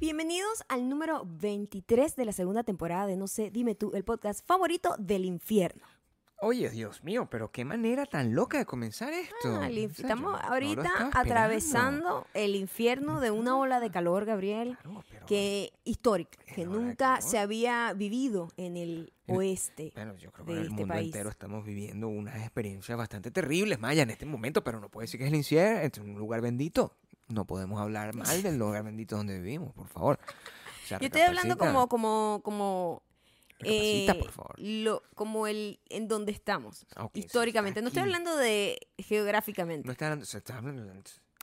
Bienvenidos al número 23 de la segunda temporada de No sé, dime tú, el podcast favorito del infierno. Oye, Dios mío, pero qué manera tan loca de comenzar esto. Ah, el inf- O sea, yo Estamos no- no lo ahorita estaba atravesando el infierno de una ola de calor, Gabriel, Claro, pero- que histórica, que Una ola de nunca calor. se había vivido en el En- oeste Bueno, yo creo que de en el este mundo país. entero estamos viviendo unas experiencias bastante terribles, Maya, en este momento, pero no puede decir que es el infierno, es un lugar bendito. No podemos hablar mal del lugar bendito donde vivimos, por favor. O sea, Yo estoy hablando recapacita. como, como, como, Recapacita, eh, por favor. lo- como el en donde estamos Ah, ok, sí, históricamente. está No estoy aquí. hablando de geográficamente. No está hablando- se está hablando-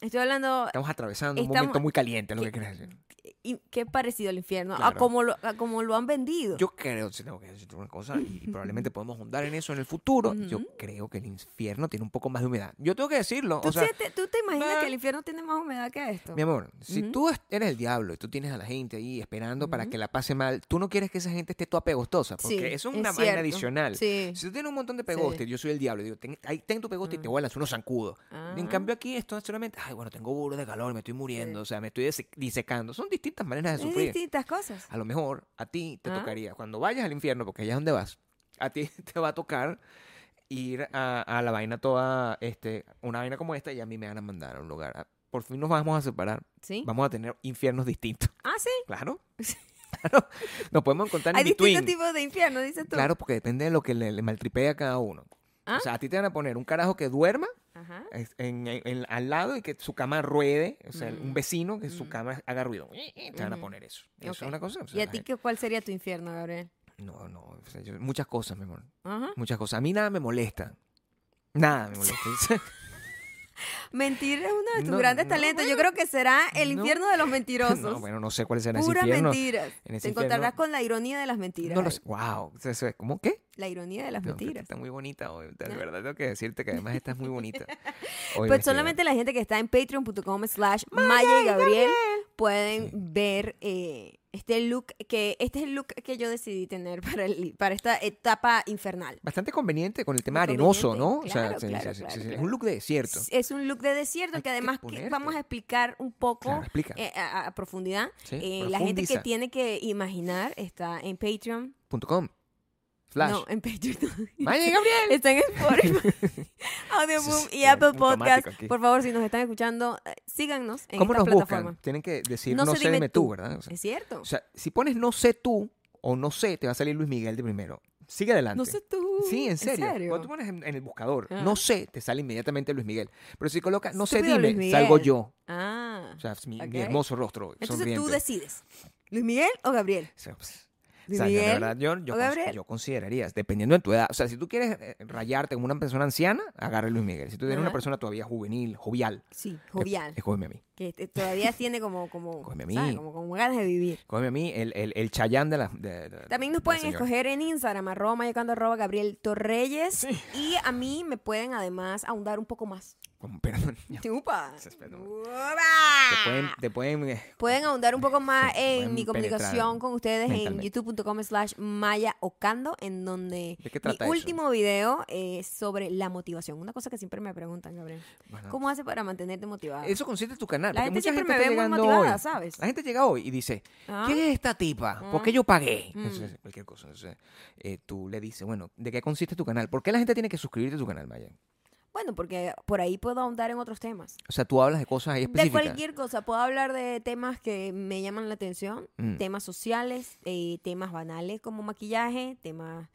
Estoy hablando estamos atravesando un Estamos- momento muy caliente, es lo que que- quieres decir. y- qué parecido al infierno, a Claro. como lo, a como lo han vendido. Yo creo, si tengo que decirte una cosa, y probablemente podemos ahondar en eso en el futuro, yo creo que el infierno tiene un poco más de humedad. Yo tengo que decirlo. ¿Tú, o sea, sientes- tú te imaginas nah. que el infierno tiene más humedad que esto? Mi amor, si Ujú. tú es- eres el diablo y tú tienes a la gente ahí esperando para Ujú. que la pase mal, tú no quieres que esa gente esté toda pegostosa, porque Sí, eso es es una vaina cierto. adicional. Sí. Si tú tienes un montón de pegoste, yo soy el diablo, digo, ten, ahí ten tu pegoste y te voy a lanzar unos zancudos. Ah. En cambio aquí esto es solamente, ay, bueno, tengo burro de calor, me estoy muriendo, o sea, me estoy dise- disecando. Son distintas maneras Es de sufrir. Ah, distintas cosas. A lo mejor a ti te Ah. tocaría, cuando vayas al infierno, porque allá es donde vas, a ti te va a tocar ir a, a la vaina toda, este, una vaina como esta, y a mí me van a mandar a un lugar. Ah, Por fin nos vamos a separar. ¿Sí? Vamos a tener infiernos distintos. Ah, sí. Claro. Claro. Nos podemos encontrar Hay en distintos between. tipos de infierno, dices tú. Claro, porque depende de lo que le, le maltripee a cada uno. Ah. O sea, a ti te van a poner un carajo que duerma Ajá. es- en- en- en- al lado y que su cama ruede. O sea, Mm. un vecino que su Mm. cama haga ruido. Te van a Ujú. poner eso. Eso Ok. es una cosa. o sea, ¿Y a la ti gente- qué, cuál sería tu infierno, Gabriel? No, no. o sea, yo- muchas cosas, mi amor. Ajá. Muchas cosas. A mí nada me molesta. Nada me molesta. Mentir es uno de tus No, grandes no, talentos. Yo creo que será el no. infierno de los mentirosos. no, bueno, no sé cuáles serán ese Puras infierno. mentiras. en ese Te encontrarás infierno- con la ironía de las mentiras. No lo sé. Wow. ¿Cómo qué? La ironía de las No, pero tú mentiras. estás muy bonita hoy. De Ah. verdad tengo que decirte que además estás muy bonita. Hoy Pues vestida. solamente la gente que está en patreon.com slash Maya y Gabriel pueden ver eh, este look que este es el look que yo decidí tener para, el- para esta etapa infernal. Bastante conveniente con el tema Muy arenoso, ¿no? conveniente, claro, claro, claro, Es claro. un look de desierto. Es un look de desierto Hay que que además que ponerte. vamos a explicar un poco Claro, explica. eh, a, a profundidad. Sí, Eh, la gente que profundiza. tiene que imaginar está en Patreon. Punto com. Flash. No, en Patreon. no. Maya y Gabriel. Está en Spotify, Audioboom Sí, sí, y Apple automático Podcast. aquí. Por favor, si nos están escuchando, eh, síganos en ¿Cómo esta nos plataforma. buscan? Tienen que decir No no, sé, sé, dime dime tú, tú. ¿verdad? O sea, Es cierto. o sea, si pones no sé tú o no sé, te va a salir Luis Miguel de primero. Sigue adelante. No sé tú. Sí, en serio. Cuando tú pones en, en el buscador, Ajá. no sé, te sale inmediatamente Luis Miguel. Pero si colocas no sé, Estúpido Luis dime, salgo Miguel. yo. Ah. O sea, mi, mi Ok. hermoso rostro. Entonces tú sonriente. decides. ¿Luis Miguel o Gabriel? O sea, pues, O Luis sea, yo, de Miguel. verdad, yo, yo o cons- Gabriel. yo consideraría, dependiendo de tu edad, o sea, si tú quieres eh, rayarte como una persona anciana, agarra a Luis Miguel. Si tú eres Ajá. una persona todavía juvenil, jovial, Sí, eh, jovial. eh, cógeme a mí. que este, todavía tiene como, como, Cógeme a mí. ¿sabes? como, como ganas de vivir. Cógeme a mí, el, el, el chayán de la. de- de- También nos de la pueden señora. escoger en Instagram, arroba mayocando, arroba Gabriel Torreyes. Sí. Y a mí me pueden además ahondar un poco más. Como, perdón, ya. ¡Upa! Sí, espera, no. Te ¡Upa! pueden. Te pueden eh, Pueden ahondar un poco más Sí, en pueden mi comunicación penetrar con ustedes en mentalmente. youtube.com slash mayaocando, en donde ¿De qué mi trata eso? último video es sobre la motivación. Una cosa que siempre me preguntan, Gabriel. bueno, ¿Cómo haces para mantenerte motivado? Eso consiste en tu canal. La Ah. porque gente mucha siempre gente me ve está muy llegando motivada, hoy. ¿sabes? La gente llega hoy y dice, Ah. Mm. ¿quién es esta tipa? ¿Por qué yo pagué? Entonces, cualquier cosa. Entonces, eh, tú le dices, bueno, ¿de qué consiste tu canal? ¿Por qué la gente tiene que suscribirte a tu canal, Maya? Bueno, porque por ahí puedo ahondar en otros temas. O sea, tú hablas de cosas De ahí específicas. cualquier cosa, puedo hablar de temas que me llaman la atención, Mm. temas sociales, eh, temas banales como maquillaje, temas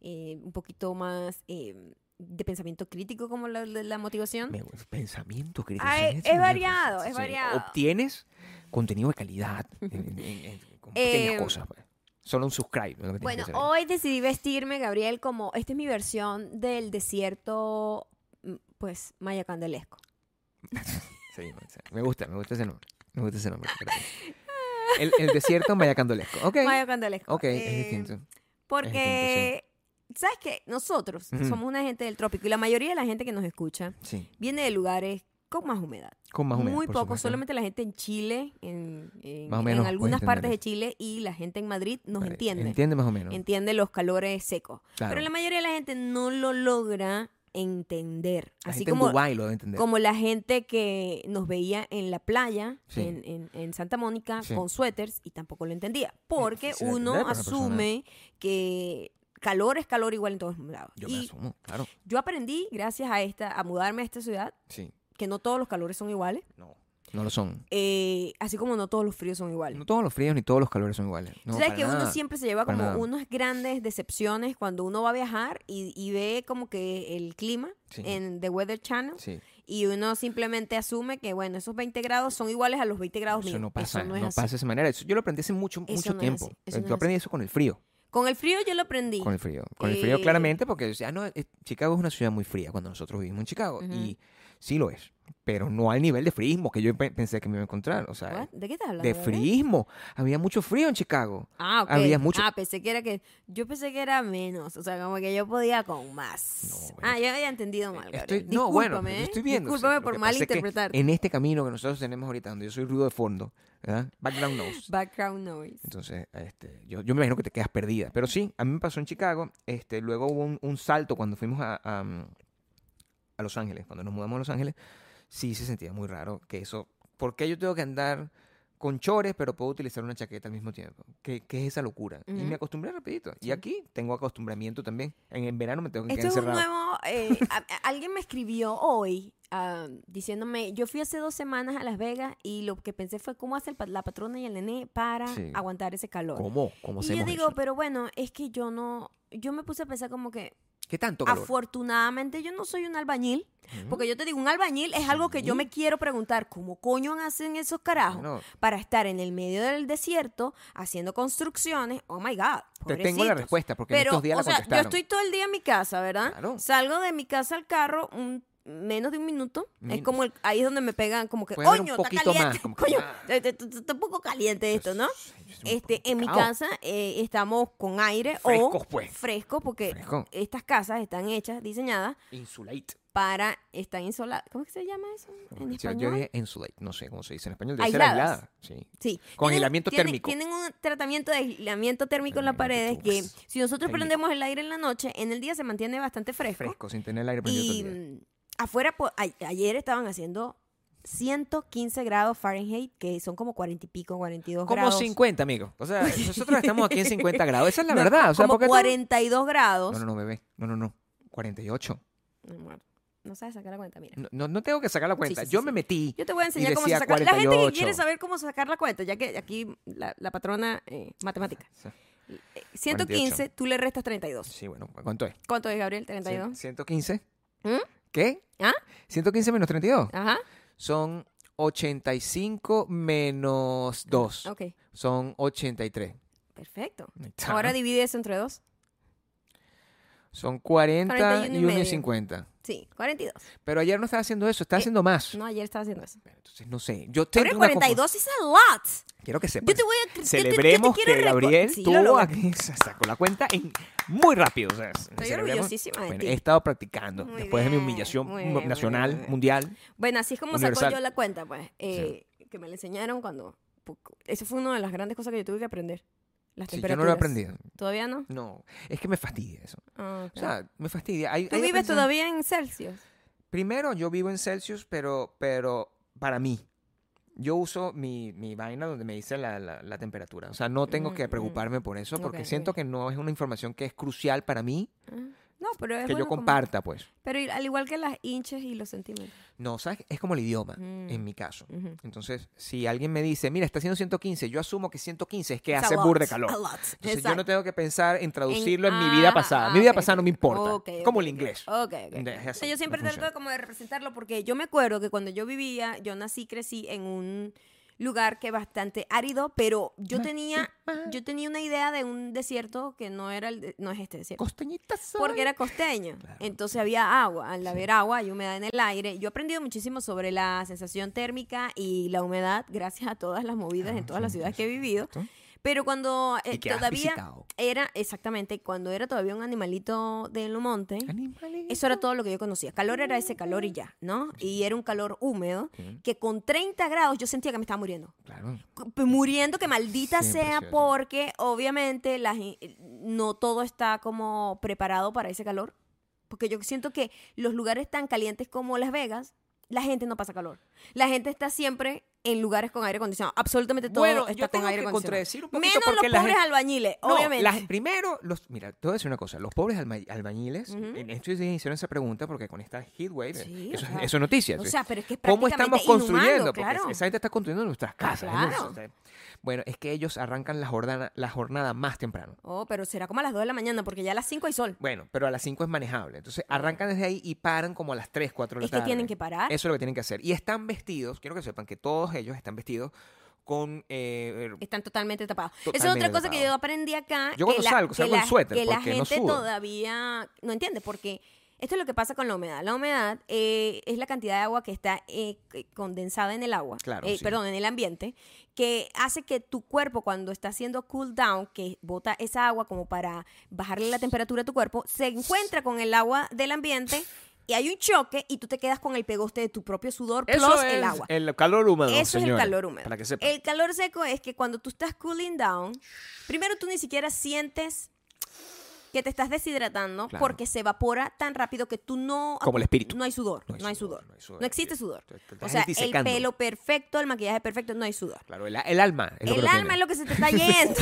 eh, un poquito más eh, de pensamiento crítico como la, la- la motivación. Me- pensamiento crítico. Ay, Sí, Ah, es sí, sí. variado, es Sí, variado. Obtienes contenido de calidad en, en- en- con pequeñas Eh, cosas. pues. Solo un subscribe. es lo que tienes que Bueno, hacer ahí. hoy decidí vestirme, Gabriel, como esta es mi versión del desierto, mm, pues, mayacandelesco. Sí, o sea, me gusta, me gusta ese nombre. Me gusta ese nombre. gracias. El, el desierto mayacandolesco. Ok. Mayacandelesco. Ok, es Eh, distinto. Porque, ¿sabes qué? Nosotros Ujú. somos una gente del trópico y la mayoría de la gente que nos escucha Sí, viene de lugares con más humedad. con más o menos. Muy por poco, supuesto. solamente la gente en Chile, en, en- Más o en menos, algunas puedes partes de entender Chile y la gente en Madrid nos Vale, entiende. Entiende más o menos. Entiende los calores secos. Claro. Pero la mayoría de la gente no lo logra entender. La Así gente como, en Dubái lo debe entender. como la gente que nos veía en la playa, Sí. en, en- en Santa Mónica, Sí. con suéteres y tampoco lo entendía. Porque difícil de uno entender para una persona. asume que calor es calor igual en todos lados. Yo me y asumo, claro. yo aprendí, gracias a esta, a mudarme a esta ciudad, Sí. que no todos los calores son iguales, No. No lo son. eh, así como no todos los fríos son iguales. No todos los fríos ni todos los calores son iguales. No, Eh. Tú sabes para que uno nada. siempre se lleva para como nada. unas grandes decepciones cuando uno va a viajar y, y ve como que el clima Sí. en The Weather Channel Sí. y uno simplemente asume que, bueno, esos 20 grados son iguales a los 20 grados Eso míos. no pasa, no, es así. pasa de esa manera. Eso yo lo aprendí hace mucho, Eso mucho no es tiempo. así, eso Eh, no yo es aprendí eso con el frío. Con el frío yo lo aprendí. Con el frío. Con el frío, Eh, claramente, porque ya no, eh, Chicago es una ciudad muy fría cuando nosotros vivimos en Chicago. Ujú. Y sí lo es. Pero no al nivel de frismo que yo pe- pensé que me iba a encontrar. O sea, What? ¿De qué estás hablando? de bebé? frismo. Había mucho frío en Chicago. Ah, ok. Había mucho- Ah, pensé que era que. Yo pensé que era menos. O sea, como que yo podía con más. No, bueno. eh, ah, yo había entendido mal. Gabriel. Estoy- no, bueno, Discúlpame, pero yo ¿eh? estoy viendo. o sea, Discúlpame lo por que pasa es que malinterpretar. En este camino que nosotros tenemos ahorita, donde yo soy rudo de fondo, ¿verdad? Background knows. Background noise. Entonces, este, yo, yo me imagino que te quedas perdida. Pero sí, a mí me pasó en Chicago. Este, luego hubo un, un salto cuando fuimos a, a, mm, a Los Ángeles. Cuando nos mudamos a Los Ángeles, sí se sentía muy raro que eso. ¿Por qué yo tengo que andar con chores, pero puedo utilizar una chaqueta al mismo tiempo? ¿Qué, qué es esa locura? Y Ujú. me acostumbré rapidito. Sí. Y aquí tengo acostumbramiento también. En el verano me tengo que Esto quedar es un encerrado. nuevo. eh, a- a- alguien me escribió hoy ah, diciéndome: Yo fui hace dos semanas a Las Vegas y lo que pensé fue cómo hace el pa- la patrona y el nené para Sí. aguantar ese calor. ¿Cómo? ¿Cómo Y yo hacemos digo, eso? pero bueno, es que yo no. Yo me puse a pensar como que ¿Qué tanto calor? Mm. afortunadamente yo no soy un albañil. Ujú. Porque yo te digo, un albañil es algo que yo me quiero preguntar, ¿cómo coño hacen esos carajos Bueno, para estar en el medio del desierto haciendo construcciones? Oh my God. te tengo la pobrecitos. respuesta porque en Pero, estos días o la sea, yo contestaron. estoy todo el día en mi casa, ¿verdad? Claro. Salgo de mi casa al carro un- menos de un minuto. Es Menos. como el- ahí es donde me pegan, como que, Mm. Puede haber un coño, está poquito más, caliente. como que, coño, ah. está- está está un poco caliente esto, ¿no? Sí, Este, en mi complicado. casa eh, estamos con aire Frescos, o pues. fresco, porque Fresco. estas casas están hechas, diseñadas Insulate. para estar insoladas. ¿Cómo es que se llama eso en Yo- Yo español? dije insulate, no sé cómo se dice en español. Debe ser Aisladas. aislada. Sí. Sí. Con Tienen- aislamiento tienen- térmico. Tienen un tratamiento de aislamiento térmico en las paredes Aislamiento que térmico. pues. si nosotros Térmico. prendemos el aire en la noche, en el día se mantiene bastante fresco. Fresco, sin tener el aire prendido y todo el día. mm, afuera, po- a- ayer estaban haciendo 115 grados Fahrenheit, que son como 40 y pico, 42 Como grados. 50, amigo. O sea, nosotros estamos aquí en 50 grados. Esa es la verdad. O sea, como porque 42 grados. No, no, no, bebé. No, no, no. 48. Mi amor, No sabes sacar la cuenta, mira. No, no, no tengo que sacar la cuenta. Sí, sí, Yo sí, me sí. metí. Yo te voy a enseñar cómo se decía saca. La gente que 48. quiere saber cómo sacar la cuenta, ya que aquí la, la patrona eh, matemática. Sí. Eh, 115, tú le restas 32. Sí, bueno, ¿cuánto es? ¿Cuánto es, Gabriel? Cien- 32. 115. ¿Mm? ¿Qué? ¿Ah? 115 menos 32. Ajá. Son 85 menos 2. Ok, Son 83. perfecto. Ahí está. Ahora divide eso entre dos. Son 40 41 y y, uno y medio. 50. Sí, 42. Pero ayer no estaba haciendo eso, estaba Eh, haciendo más. No, ayer estaba haciendo eso. Entonces, no sé. Yo tengo Pero una confu- 42 es a lot. Quiero que Yo sepas. te voy a... yo te- yo te Celebremos quiero que reco- Gabriel Sí, lo tuvo logré. aquí, se sacó la cuenta en muy rápido. o sea, Estoy celebremos. orgullosísima de Bueno, ti. he estado practicando Muy después de mi bien, humillación muy bien, muy nacional, bien, muy bien. mundial. Bueno, así es como Universal. saco yo la cuenta, pues. eh, Que me la enseñaron cuando... Eso fue una de las grandes cosas que yo tuve que aprender. Las Sí, yo temperaturas. no lo he aprendido. ¿Todavía no? No, es que me fastidia eso. Ah, ok. O sea, me fastidia. Hay- ¿Tú hay vives defensa- todavía en Celsius? Primero, yo vivo en Celsius, pero, pero para mí. Yo uso mi, mi vaina donde me dice la, la- la temperatura. O sea, no tengo Mm, que mm. preocuparme por eso porque Ok, siento ok. que no es una información que es crucial para mí Ah, No, pero es que bueno yo como- comparta, pues. Pero i- al igual que las hinches y los centímetros. No, ¿sabes? Es como el idioma, Mm. en mi caso. Ujú. Entonces, si alguien me dice, mira, está haciendo 115, yo asumo que 115 es que It's a hace lot, bur de a calor. lot. Entonces, yo Exacto. no tengo que pensar en traducirlo en, mi ah, vida pasada. mi ah, vida ok, pasada no me ok, importa. ok, Es como ok, el ok. inglés. Ok, ok, De- ok. es O sea, así, yo siempre no trato funciona. de como de representarlo porque yo me acuerdo que cuando yo vivía, yo nací, crecí en un lugar que bastante árido, pero yo tenía, yo tenía una idea de un desierto que no era el de- no es este desierto. Costeñita soy. Porque era costeño. Entonces había agua. Al haber agua hay humedad en el aire. Yo he aprendido muchísimo sobre la sensación térmica y la humedad gracias a todas las movidas en todas las ciudades que he vivido. supuesto. Pero cuando eh, Ah, Y que has todavía visitado. era, exactamente, cuando era todavía un animalito de los montes, Ah, Animalito. eso era todo lo que yo conocía. Calor era ese calor y ya, ¿no? Y era un calor húmedo Sí. que con 30 grados yo sentía que me estaba muriendo Claro. muriendo que maldita Siempre sea se hace. eh, porque obviamente la gen- no todo está como preparado para ese calor Porque yo siento que los lugares tan calientes como Las Vegas, la gente no pasa calor. La gente está siempre en lugares con aire acondicionado. Absolutamente todo Bueno, está yo con tengo aire que acondicionado. contradecir un poquito Menos los porque la pobres gente- albañiles, No, obviamente. las- primero, los, mira, te voy a decir una cosa. Los pobres alma- albañiles, Ujú. en estos días hicieron esa pregunta porque con esta heat wave, Sí, eso, o sea, eso es noticia. o sí. sea, pero es que es ¿Cómo estamos prácticamente inhumano, construyendo? Porque claro. esa gente está construyendo en nuestras casas. ¿no? Claro. O sea, Bueno, es que ellos arrancan la jornada, la jornada más temprano. Oh, pero será como a las 2 de la mañana, porque ya a las 5 hay sol. Bueno, pero a las 5 es manejable. Entonces arrancan desde ahí y paran como a las 3, 4 de la Es que tienen tarde. que parar. Eso es lo que tienen que hacer. Y están vestidos, quiero que sepan que todos ellos están vestidos con... eh, Están totalmente tapados. Esa es Totalmente otra cosa que tapados. yo aprendí acá. Yo cuando que la- salgo, que salgo en la- suéter, Que la porque no gente sudo. todavía no entiende, porque esto es lo que pasa con la humedad. La humedad eh, es la cantidad de agua que está eh, c- condensada en el agua, Claro, eh, sí. perdón, en el ambiente, que hace que tu cuerpo, cuando está haciendo cool down, que bota esa agua como para bajarle la temperatura a tu cuerpo, se encuentra con el agua del ambiente. Y hay un choque y tú te quedas con el pegoste de tu propio sudor plus el agua. el calor húmedo, Eso es el señores, calor húmedo. Para que sepan. El calor seco es que cuando tú estás cooling down, primero tú ni siquiera sientes que te estás deshidratando Claro. porque se evapora tan rápido que tú no... Como el espíritu. No hay sudor, No no hay hay, sudor, sudor, no no, hay sudor. existe sudor. Te- te o estás sea, el disecando. pelo perfecto, el maquillaje perfecto, no hay sudor. Claro, el, el alma. Es lo que el lo alma es tiene. lo que se te está yendo.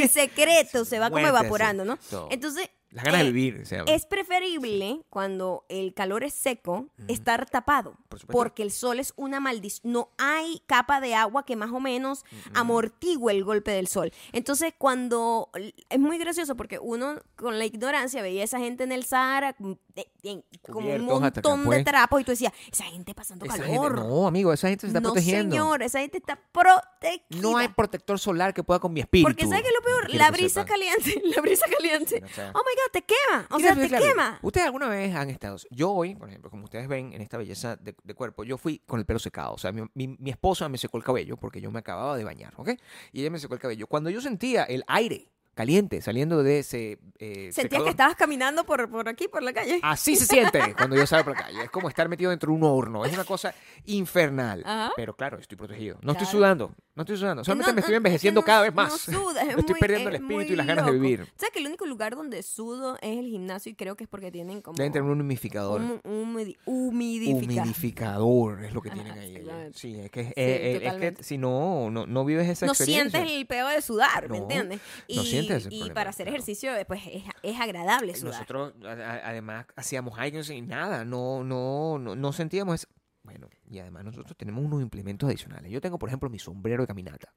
el secreto se va como Muerte, sí. evaporando, ¿no? Todo. Entonces... Las ganas de eh, vivir. se llama. es preferible cuando el calor es seco estar tapado, Por supuesto. porque el sol es una maldición. No hay capa de agua que más o menos amortigue el golpe del sol. Entonces, cuando es muy gracioso porque uno con la ignorancia veía a esa gente en el Sahara mm, de- en- con un Cubiertos hasta acá, montón pues. de trapos y tú decías, esa gente pasando Esa gente- calor. no, amigo, esa gente se está No, protegiendo. señor, esa gente está protegida. No hay protector solar que pueda con mi espíritu. Porque ¿sabes qué es lo peor? Quiero La que brisa sepan. caliente, la brisa caliente. No, o sea- oh my God, te quema. O Quiero sea, que te claro, quema. Ustedes alguna vez han estado. Yo hoy, por ejemplo, como ustedes ven en esta belleza de, de cuerpo, yo fui con el pelo secado. O sea, mi, mi- mi esposa me secó el cabello porque yo me acababa de bañar, ¿ok? Y ella me secó el cabello. Cuando yo sentía el aire caliente saliendo de ese. Eh, Sentías secador, que estabas caminando por, por aquí, por la calle. Así se siente cuando yo salgo por la calle. Es como estar metido dentro de un horno. Es una cosa infernal. Ajá. Pero claro, estoy protegido. No estoy Claro. sudando. No estoy sudando. Solamente No, me estoy no, envejeciendo es que no- cada vez no más. sudas, es Me estoy muy- perdiendo el es espíritu y muy las ganas de loco. vivir. ¿Sabes que el único lugar donde sudo es el gimnasio y creo que es porque tienen como Deben tener un humidificador. un humidi- humidifica. Humidificador es lo que tienen Ajá, ahí. exactamente. Sí, es que, eh, eh, es que totalmente. si no, no, no vives esa No experiencia. Eh, sientes el peo de sudar, ¿me No, entiendes? Y, no sientes ese y problema, para hacer claro. ejercicio, pues es, es agradable sudar. Nosotros a- a- además hacíamos hiking y nada, no, no, no, no sentíamos eso. Bueno, y además nosotros tenemos unos implementos adicionales. Yo tengo, por ejemplo, mi sombrero de caminata.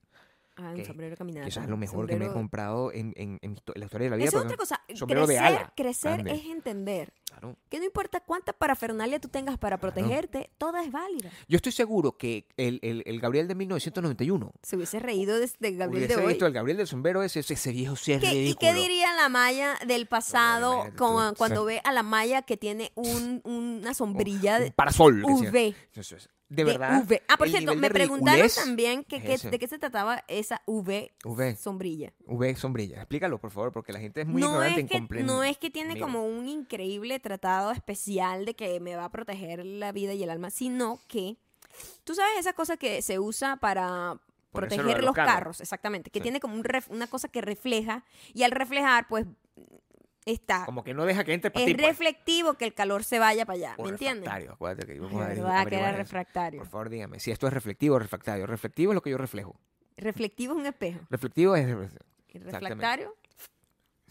ah, un que- sombrero caminando. Quizás es lo mejor que me he comprado en, en- en mi histo- en la historia de la vida. Eso es porque otra cosa. sombrero de Crecer, ala, crecer grande. es entender claro. que no importa cuánta parafernalia tú tengas para Claro. protegerte, toda es válida. Yo estoy seguro que el, el- el Gabriel de 1991 Se hubiese reído de, de Gabriel de hubiese hoy. visto el Gabriel del sombrero ese, ese, ese viejo sí es ¿Qué- ¿Y ridículo. qué diría la Maya del pasado imagínate con- tú. cuando ve a la Maya que tiene un- una O sombrilla un de, parasol. que sea. UV? Eso es. De de verdad. UV? Ah, por el cierto, nivel me de preguntaron ridiculez también que, es que- ese. de qué se trataba esa V, UV. sombrilla. V sombrilla. Explícalo, por favor, porque la gente es muy no, ignorante e es que, incomprend- no es que tiene amigo. como un increíble tratado especial de que me va a proteger la vida y el alma, sino que tú sabes esa cosa que se usa para Ponérselo a proteger los los carros. carros, exactamente, que Sí. tiene como un ref- una cosa que refleja y al reflejar pues está Como que no deja que entre para ti. pues. es reflectivo que el calor se vaya para allá, O ¿me entiendes? refractario, acuérdate que Ay, íbamos a de averi- verdad que averiguar era eso. refractario. Por favor, dígame, si esto es reflectivo o refractario. Reflectivo es lo que yo reflejo. Reflectivo es un espejo. Reflectivo es... Y Exactamente. refractario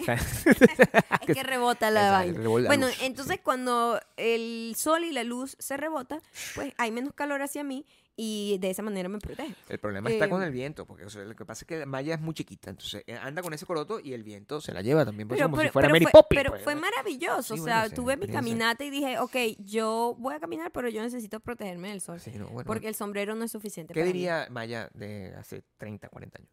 o sea, es que rebota la Exacto, vaina. rebota la bueno, luz, entonces cuando el sol y la luz se rebota, pues hay menos calor hacia mí y de esa manera me protege. El problema está Eh, con el viento, porque o sea, lo que pasa es que la malla es muy chiquita, entonces eh, anda con ese coroto y el viento se la lleva también, pues, como si fuera Mary fue, Poppins. pero pues, fue ¿no? maravilloso. Sí, o bueno, sea, sí, tuve mi experiencia. caminata y dije, ok, yo voy a caminar, pero yo necesito protegerme del sol. Sí, no, bueno, Porque el sombrero no es suficiente. ¿Qué para mí. diría Maya de hace 30, 40 años?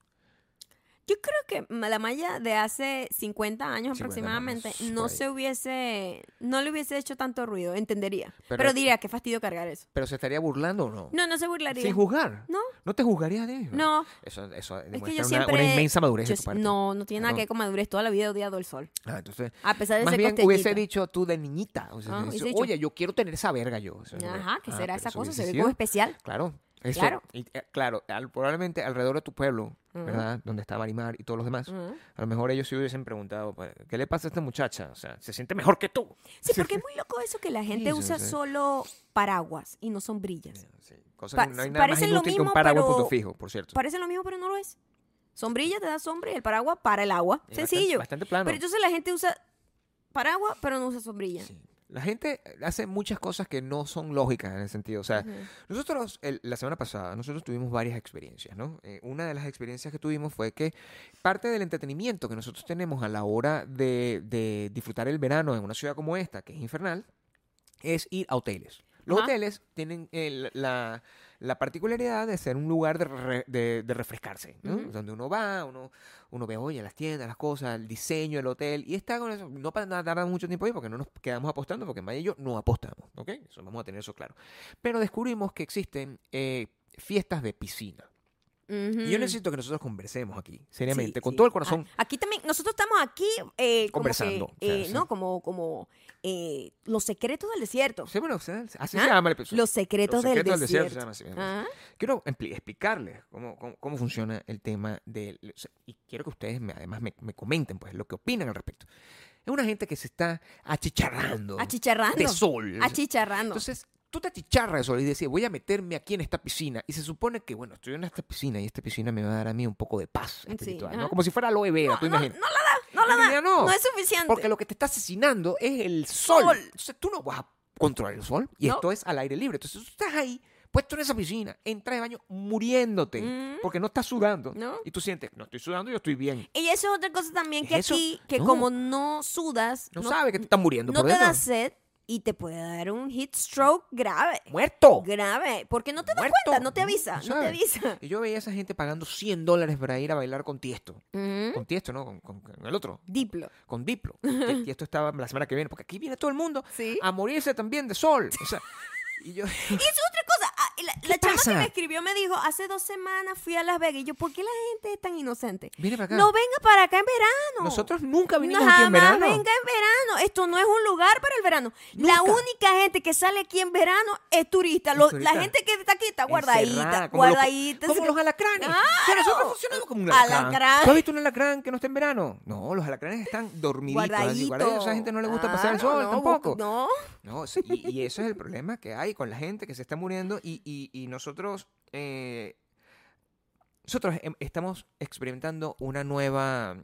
Yo creo que la malla de hace 50 años 50 años, aproximadamente por no ahí. se hubiese, no le hubiese hecho tanto ruido, entendería. Pero- Pero, diría, qué fastidio cargar eso. ¿Pero se estaría burlando o no? No, no se burlaría. Sin juzgar. No. ¿No te juzgarías de ello? no, Eso, eso es demuestra que yo una, siempre... una inmensa madurez yo de tu si- parte. No, no tiene nada que Claro. ver con madurez. Toda la vida he odiado el sol. Ah, entonces, A pesar de más ser bien costeñita. hubiese dicho tú de niñita. o sea, Ah, hubiese hubiese dicho, dicho- Oye, yo quiero tener esa verga yo. O sea, Ajá, ¿qué ah, será pero esa eso cosa? Se hubiese ve sido- como especial. Claro. Eso, Claro. y, eh, claro, al- probablemente alrededor de tu pueblo, Ujú. ¿verdad? Donde está Marimar y todos los demás. Ujú. A lo mejor ellos sí hubiesen preguntado, pues, ¿qué le pasa a esta muchacha? O sea, se siente mejor que tú. Sí, porque es muy loco eso que la gente Sí, sí, usa sí. solo paraguas y no sombrillas. Sí, cosa Pa- que no hay nada más parecen lo inútil que un mismo, paraguas pero- punto fijo, por cierto. Parece lo mismo, pero no lo es. Sombrilla te da sombra y el paraguas para el agua. Es bastante- Sencillo. Bastante, plano. Pero entonces la gente usa paraguas, pero no usa sombrilla. Sí. La gente hace muchas cosas que no son lógicas en el sentido. O sea, Ujú. nosotros, el- la semana pasada, nosotros tuvimos varias experiencias, ¿no? Eh, una de las experiencias que tuvimos fue que parte del entretenimiento que nosotros tenemos a la hora de, de disfrutar el verano en una ciudad como esta, que es infernal, es ir a hoteles. Los Ajá. hoteles tienen el- la, la particularidad de ser un lugar de, re- de- de refrescarse, ¿no? Ujú. Donde uno va, uno, uno ve, oye, las tiendas, las cosas, el diseño del hotel, y está con eso. No pa- no tarda mucho tiempo ahí porque no nos quedamos apostando, porque Maya y yo no apostamos, ¿ok? Eso, vamos a tener eso claro. Pero descubrimos que existen eh, fiestas de piscina. Y yo Ujú. necesito que nosotros conversemos aquí, seriamente, Mm. Sí, con sí. todo el corazón. Ah, aquí también, nosotros estamos aquí eh, como que, Conversando, o sea, eh, sí. No, como, como eh, los secretos del desierto. Sí, bueno, o sea, así ¿Ah? se llama el episodio. Los secretos, Los secretos del, del desierto se desierto. Ah. llama así, llama Quiero expli- explicarles cómo, cómo, cómo funciona el tema del... o sea, y quiero que ustedes me- además me, me comenten pues lo que opinan al respecto. Es una gente que se está achicharrando Ajá. Achicharrando. de sol. Achicharrando. Entonces, tú te achicharras de sol y decís, voy a meterme aquí en esta piscina. Y se supone que, bueno, estoy en esta piscina y esta piscina me va a dar a mí un poco de paz Sí, espiritual. ajá. ¿no? Como si fuera aloe vera, tú no, no la imagínate. da, no la da. Ya No, no. es suficiente. Porque lo que te está asesinando es el sol. Sol. Entonces tú no vas a controlar el sol. Y No. esto es al aire libre. Entonces tú estás ahí, puesto en esa piscina, entras de baño muriéndote. Mm. Porque no estás sudando. No. Y tú sientes, no estoy sudando, yo estoy bien. Y eso es otra cosa también que Eso- aquí, que no. como no sudas, No, sabes que te estás muriendo no por te dentro. da sed y te puede dar un heat stroke grave. ¡Muerto! Grave. Porque no te das Muerto. cuenta, no te No, avisa, no no, te sabe. avisa. Y yo veía a esa gente pagando 100 dólares para ir a bailar con Tiesto. Mm, Con Tiesto, ¿no? Con, con- con el otro. Diplo. Con Diplo. Que Tiesto estaba la semana que viene. Porque aquí viene todo el mundo Sí. a morirse también de sol. O sea, y yo... Y es otra cosa. ah, y La, la chama que pasa? me escribió me dijo, hace dos semanas fui a Las Vegas. Y yo, ¿por qué la gente es tan inocente? Mira para acá. No venga para acá en verano. Nosotros nunca vinimos Jamás aquí en verano. venga en verano. Esto no es un lugar para el verano. La Nunca. única gente que sale aquí en verano es turista. Es Lo- turista. La gente que está aquí está guardadita. Encerrada, como los- Guardadita. Como así los que- alacranes. ¡Claro! Que nosotros funcionamos como un alacrán. Ah. Alacrán. ¿Tú has visto un alacrán que no está en verano? No, los alacranes están dormiditos. así, guardaditos. Guardadito. A esa gente no le gusta pasar el Claro, sol no, tampoco. No. No, sí, y, y eso es el problema que hay con la gente que se está muriendo y, y- y nosotros, eh, nosotros em- estamos experimentando una nueva,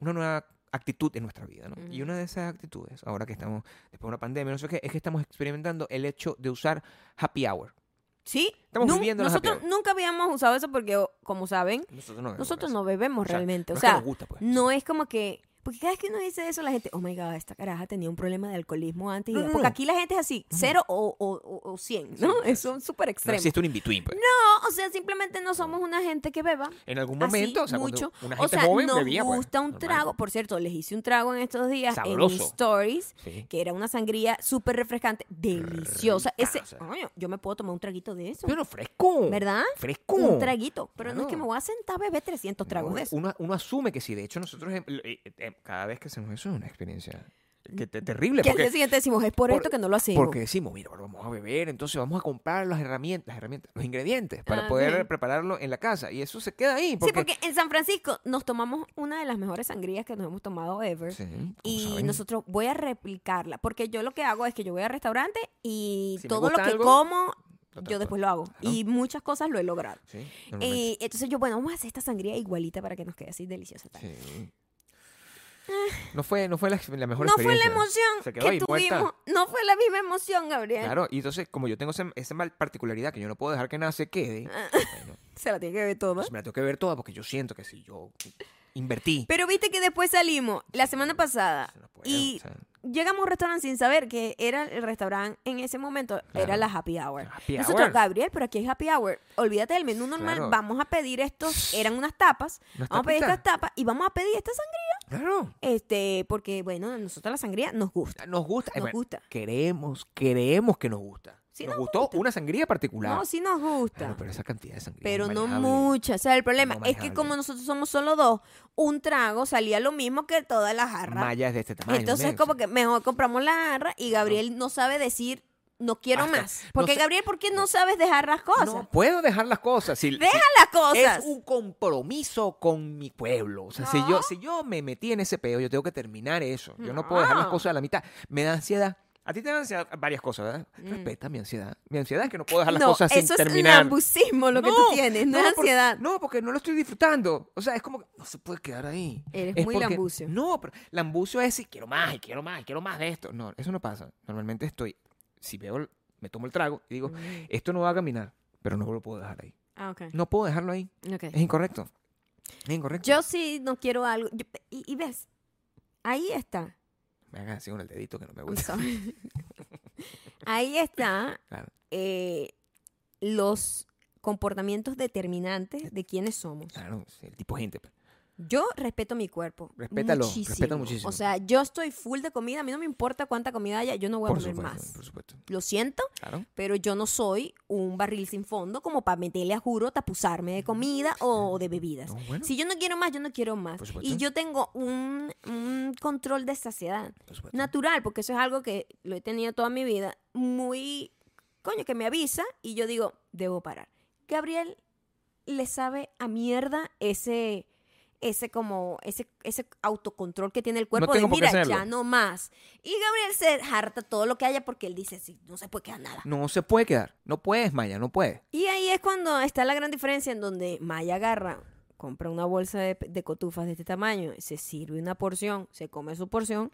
una nueva actitud en nuestra vida, ¿no? Y Ujú. una de esas actitudes, ahora que estamos después de una pandemia, no sé qué, es que estamos experimentando el hecho de usar happy hour. Sí. Estamos Nun- viviendo las Nosotros happy nunca habíamos usado eso porque, o- como saben, Nosotros no. nosotros no bebemos realmente. O pues, no es que sea, nos gusta, pues. no es como que. Porque cada vez que uno dice eso, la gente, oh my god, esta caraja tenía un problema de alcoholismo antes. y No, ya". no, porque no. aquí la gente es así, cero o, o, o- o 100, ¿no? Sí, sí, Eso es súper No extremo. existe un in-between, pues. No, o sea, simplemente no somos una gente que beba. En algún así momento, o sea, cuando mucho. una o gente sea, joven nos bebía, pues, gusta un normal. trago. Por cierto, les hice un trago en estos días en mis Sabroso. stories, Sí. que era una sangría súper refrescante, deliciosa. Rica, Ese, o sea. coño, yo me puedo tomar un traguito de eso, Pero fresco. ¿verdad? Fresco. Un traguito. Pero no es Claro. que me voy a sentar a beber 300 tragos No, de eso. Uno, uno asume que sí. De hecho, nosotros eh, eh, eh, cada vez que hacemos eso es una experiencia que te- terrible. Que al porque, día siguiente decimos, es por, por- esto que no lo hacemos. porque decimos, mira, ahora vamos a beber, entonces vamos a comprar las herramientas, las herramientas, los ingredientes para Ah, poder bien. prepararlo en la casa. Y eso se queda ahí. Sí, Porque, porque en San Francisco nos tomamos una de las mejores sangrías que nos hemos tomado ever. Sí, como Y saben. nosotros voy a replicarla, porque yo lo que hago es que yo voy al restaurante y Si me todo lo que gusta algo, como, lo yo trato. después lo hago. Y muchas cosas lo he logrado. Sí, normalmente. Eh, entonces yo, bueno, vamos a hacer esta sangría igualita para que nos quede así deliciosa. tal. Sí. No fue, no fue la, la mejor Ah. No fue la experiencia. emoción Se que quedó ahí tuvimos, muerta. no fue la misma emoción, Gabriel. Claro, y entonces, como yo tengo ese- esa mal particularidad que yo no puedo dejar que nada se quede, Ah. bueno, Se la tiene que ver toda. pues me la tengo que ver toda porque yo siento que si yo invertí. pues, Pero viste que después salimos la semana pasada no puedo, y o sea. llegamos a un restaurante sin saber que era el restaurante en ese momento, era Claro. la happy hour. Happy Nosotros, hour. Gabriel, pero aquí es happy hour. Olvídate del menú normal, Claro. vamos a pedir estos, eran unas tapas, Unas vamos a pedir tapitas. estas tapas y vamos a pedir esta sangría. Claro. Este, porque bueno, a nosotros la sangría nos gusta. Nos gusta. Nos bueno, gusta. Queremos, queremos que nos gusta. Sí, nos nos gustó gusta. una sangría particular. No, sí nos gusta. Claro, pero esa cantidad de sangría. Pero es no manejable. mucha. O sea, el problema No es que como manejable. nosotros somos solo dos, un trago salía lo mismo que toda la jarra. Mallas de este tamaño. Entonces, men, o como sea, que mejor compramos la jarra y Gabriel no sabe decir no quiero Basta. más. No Porque sé- Gabriel, ¿por qué no sabes dejar las cosas? No puedo dejar las cosas. Si, Deja si- las cosas. Es un compromiso con mi pueblo. O sea, si, No. yo, si yo me metí en ese peo, yo tengo que terminar eso. Yo no puedo dejar las No. cosas a la mitad. Me da ansiedad. A ti te da ansiedad varias cosas, ¿verdad? Respeta mi ansiedad. Mi ansiedad es que no puedo dejar las Mm. No, cosas sin eso es terminar. lambusismo lo que tú tienes, no, es por- ansiedad. no, porque no lo estoy disfrutando. O sea, es como que no se puede quedar ahí. Eres Es muy porque- lambucio. No, pero lambucio es si quiero más, y quiero más, y quiero más de esto. No, eso no pasa. Normalmente estoy, si veo, el- me tomo el trago Mm. y digo, esto no va a caminar, pero no lo puedo dejar ahí. Ah, ok. No puedo dejarlo ahí. Ok. Es incorrecto. Es incorrecto. Yo sí no quiero algo. yo- y, y ves, ahí está. Me hagan así con el dedito que no me I'm gusta. sorry. ahí está Claro. eh, los comportamientos determinantes de quiénes somos. Claro, sí, el tipo de gente. pues. Yo respeto mi cuerpo. Respétalo, muchísimo. respeta muchísimo. O sea, yo estoy full de comida. A mí no me importa cuánta comida haya. Yo no voy a Por comer supuesto, más. por supuesto. Lo siento, Claro. pero yo no soy un barril sin fondo como para meterle a juro tapuzarme de comida o de bebidas. No, bueno, Si yo no quiero más, yo no quiero más. Por supuesto. Y yo tengo un, un control de saciedad por supuesto. natural, porque eso es algo que lo he tenido toda mi vida, muy, coño, que me avisa y yo digo, debo parar. Gabriel le sabe a mierda ese, ese como, ese, ese autocontrol que tiene el cuerpo tengo de, por qué mira, hacerlo". ya no más. Y Gabriel se harta todo lo que haya porque él dice, sí, no se puede quedar nada. No se puede quedar. No puedes, Maya, no puedes. Y ahí es cuando está la gran diferencia en donde Maya agarra, compra una bolsa de, de cotufas de este tamaño, se sirve una porción, se come su porción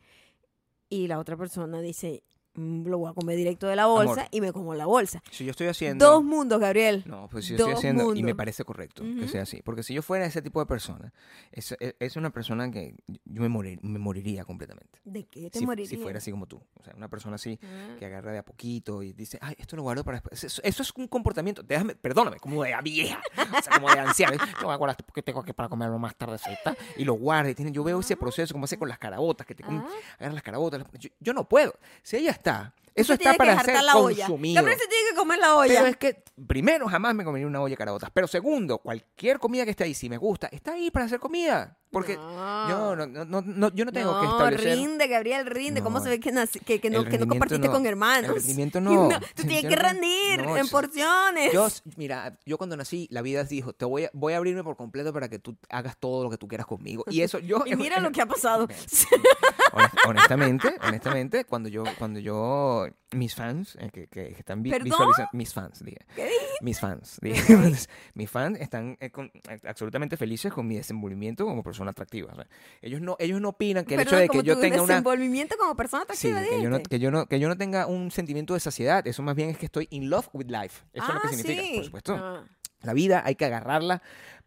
y la otra persona dice, "Mm, lo voy a comer directo de la bolsa Amor. y me como la bolsa. Si yo estoy haciendo. Dos mundos, Gabriel. No, pues si yo estoy Dos haciendo, y me mundos. parece correcto que Ujú. sea así, porque si yo fuera ese tipo de persona, es, es- es una persona que yo me, morir- me moriría completamente. ¿De qué te Si, morirías? si fuera así como tú, o sea, una persona así Ah. que agarra de a poquito y dice, ay, esto lo guardo para después. Eso, eso es un comportamiento, déjame, perdóname, como de vieja, o sea, como de anciana. No voy a guardar esto porque tengo que para comerlo más tarde, ¿cierto? y lo guarda. Y tiene, yo veo ese proceso, como hace con las carabotas, que te comen, Ah. agarran las carabotas. las- yo, yo no puedo. Si ella está, eso Se está tiene para que ser jartar la olla. consumido. Gabriel se tiene que comer la olla. Pero es que, primero, jamás me comería una olla de carabotas. Pero segundo, cualquier comida que esté ahí, si me gusta, está ahí para hacer comida. Porque No. yo no, no, no- no- yo no tengo que No, establecer... rinde, Gabriel, rinde. ¿Cómo No, se ve que, nací- que, que el no, que no rendimiento compartiste no. con hermanos? El rendimiento no. Tú tienes Yo que no- rendir no, en eso- porciones. Yo, mira, yo cuando nací, la vida dijo, te voy a, voy a abrirme por completo para que tú hagas todo lo que tú quieras conmigo. Y eso yo... Y mira lo que ha pasado. Honest- Honestamente, honestamente, cuando yo, cuando yo, mis fans, eh, que, que- que están vi- ¿Perdón? visualizando, mis fans, dije. ¿Qué Mis fans, dije. mis fans están eh, con- eh, absolutamente felices con mi desenvolvimiento como persona atractiva. o sea, ellos no, ellos no opinan que el hecho Perdón, de como que yo tu tenga una desenvolvimiento como persona atractiva, Sí, que yo, no, dijiste. que, yo no, que yo no tenga un sentimiento de saciedad. Eso más bien es que estoy in love with life. Eso es lo que Ah, significa, sí. por supuesto. Ah. La vida hay que agarrarla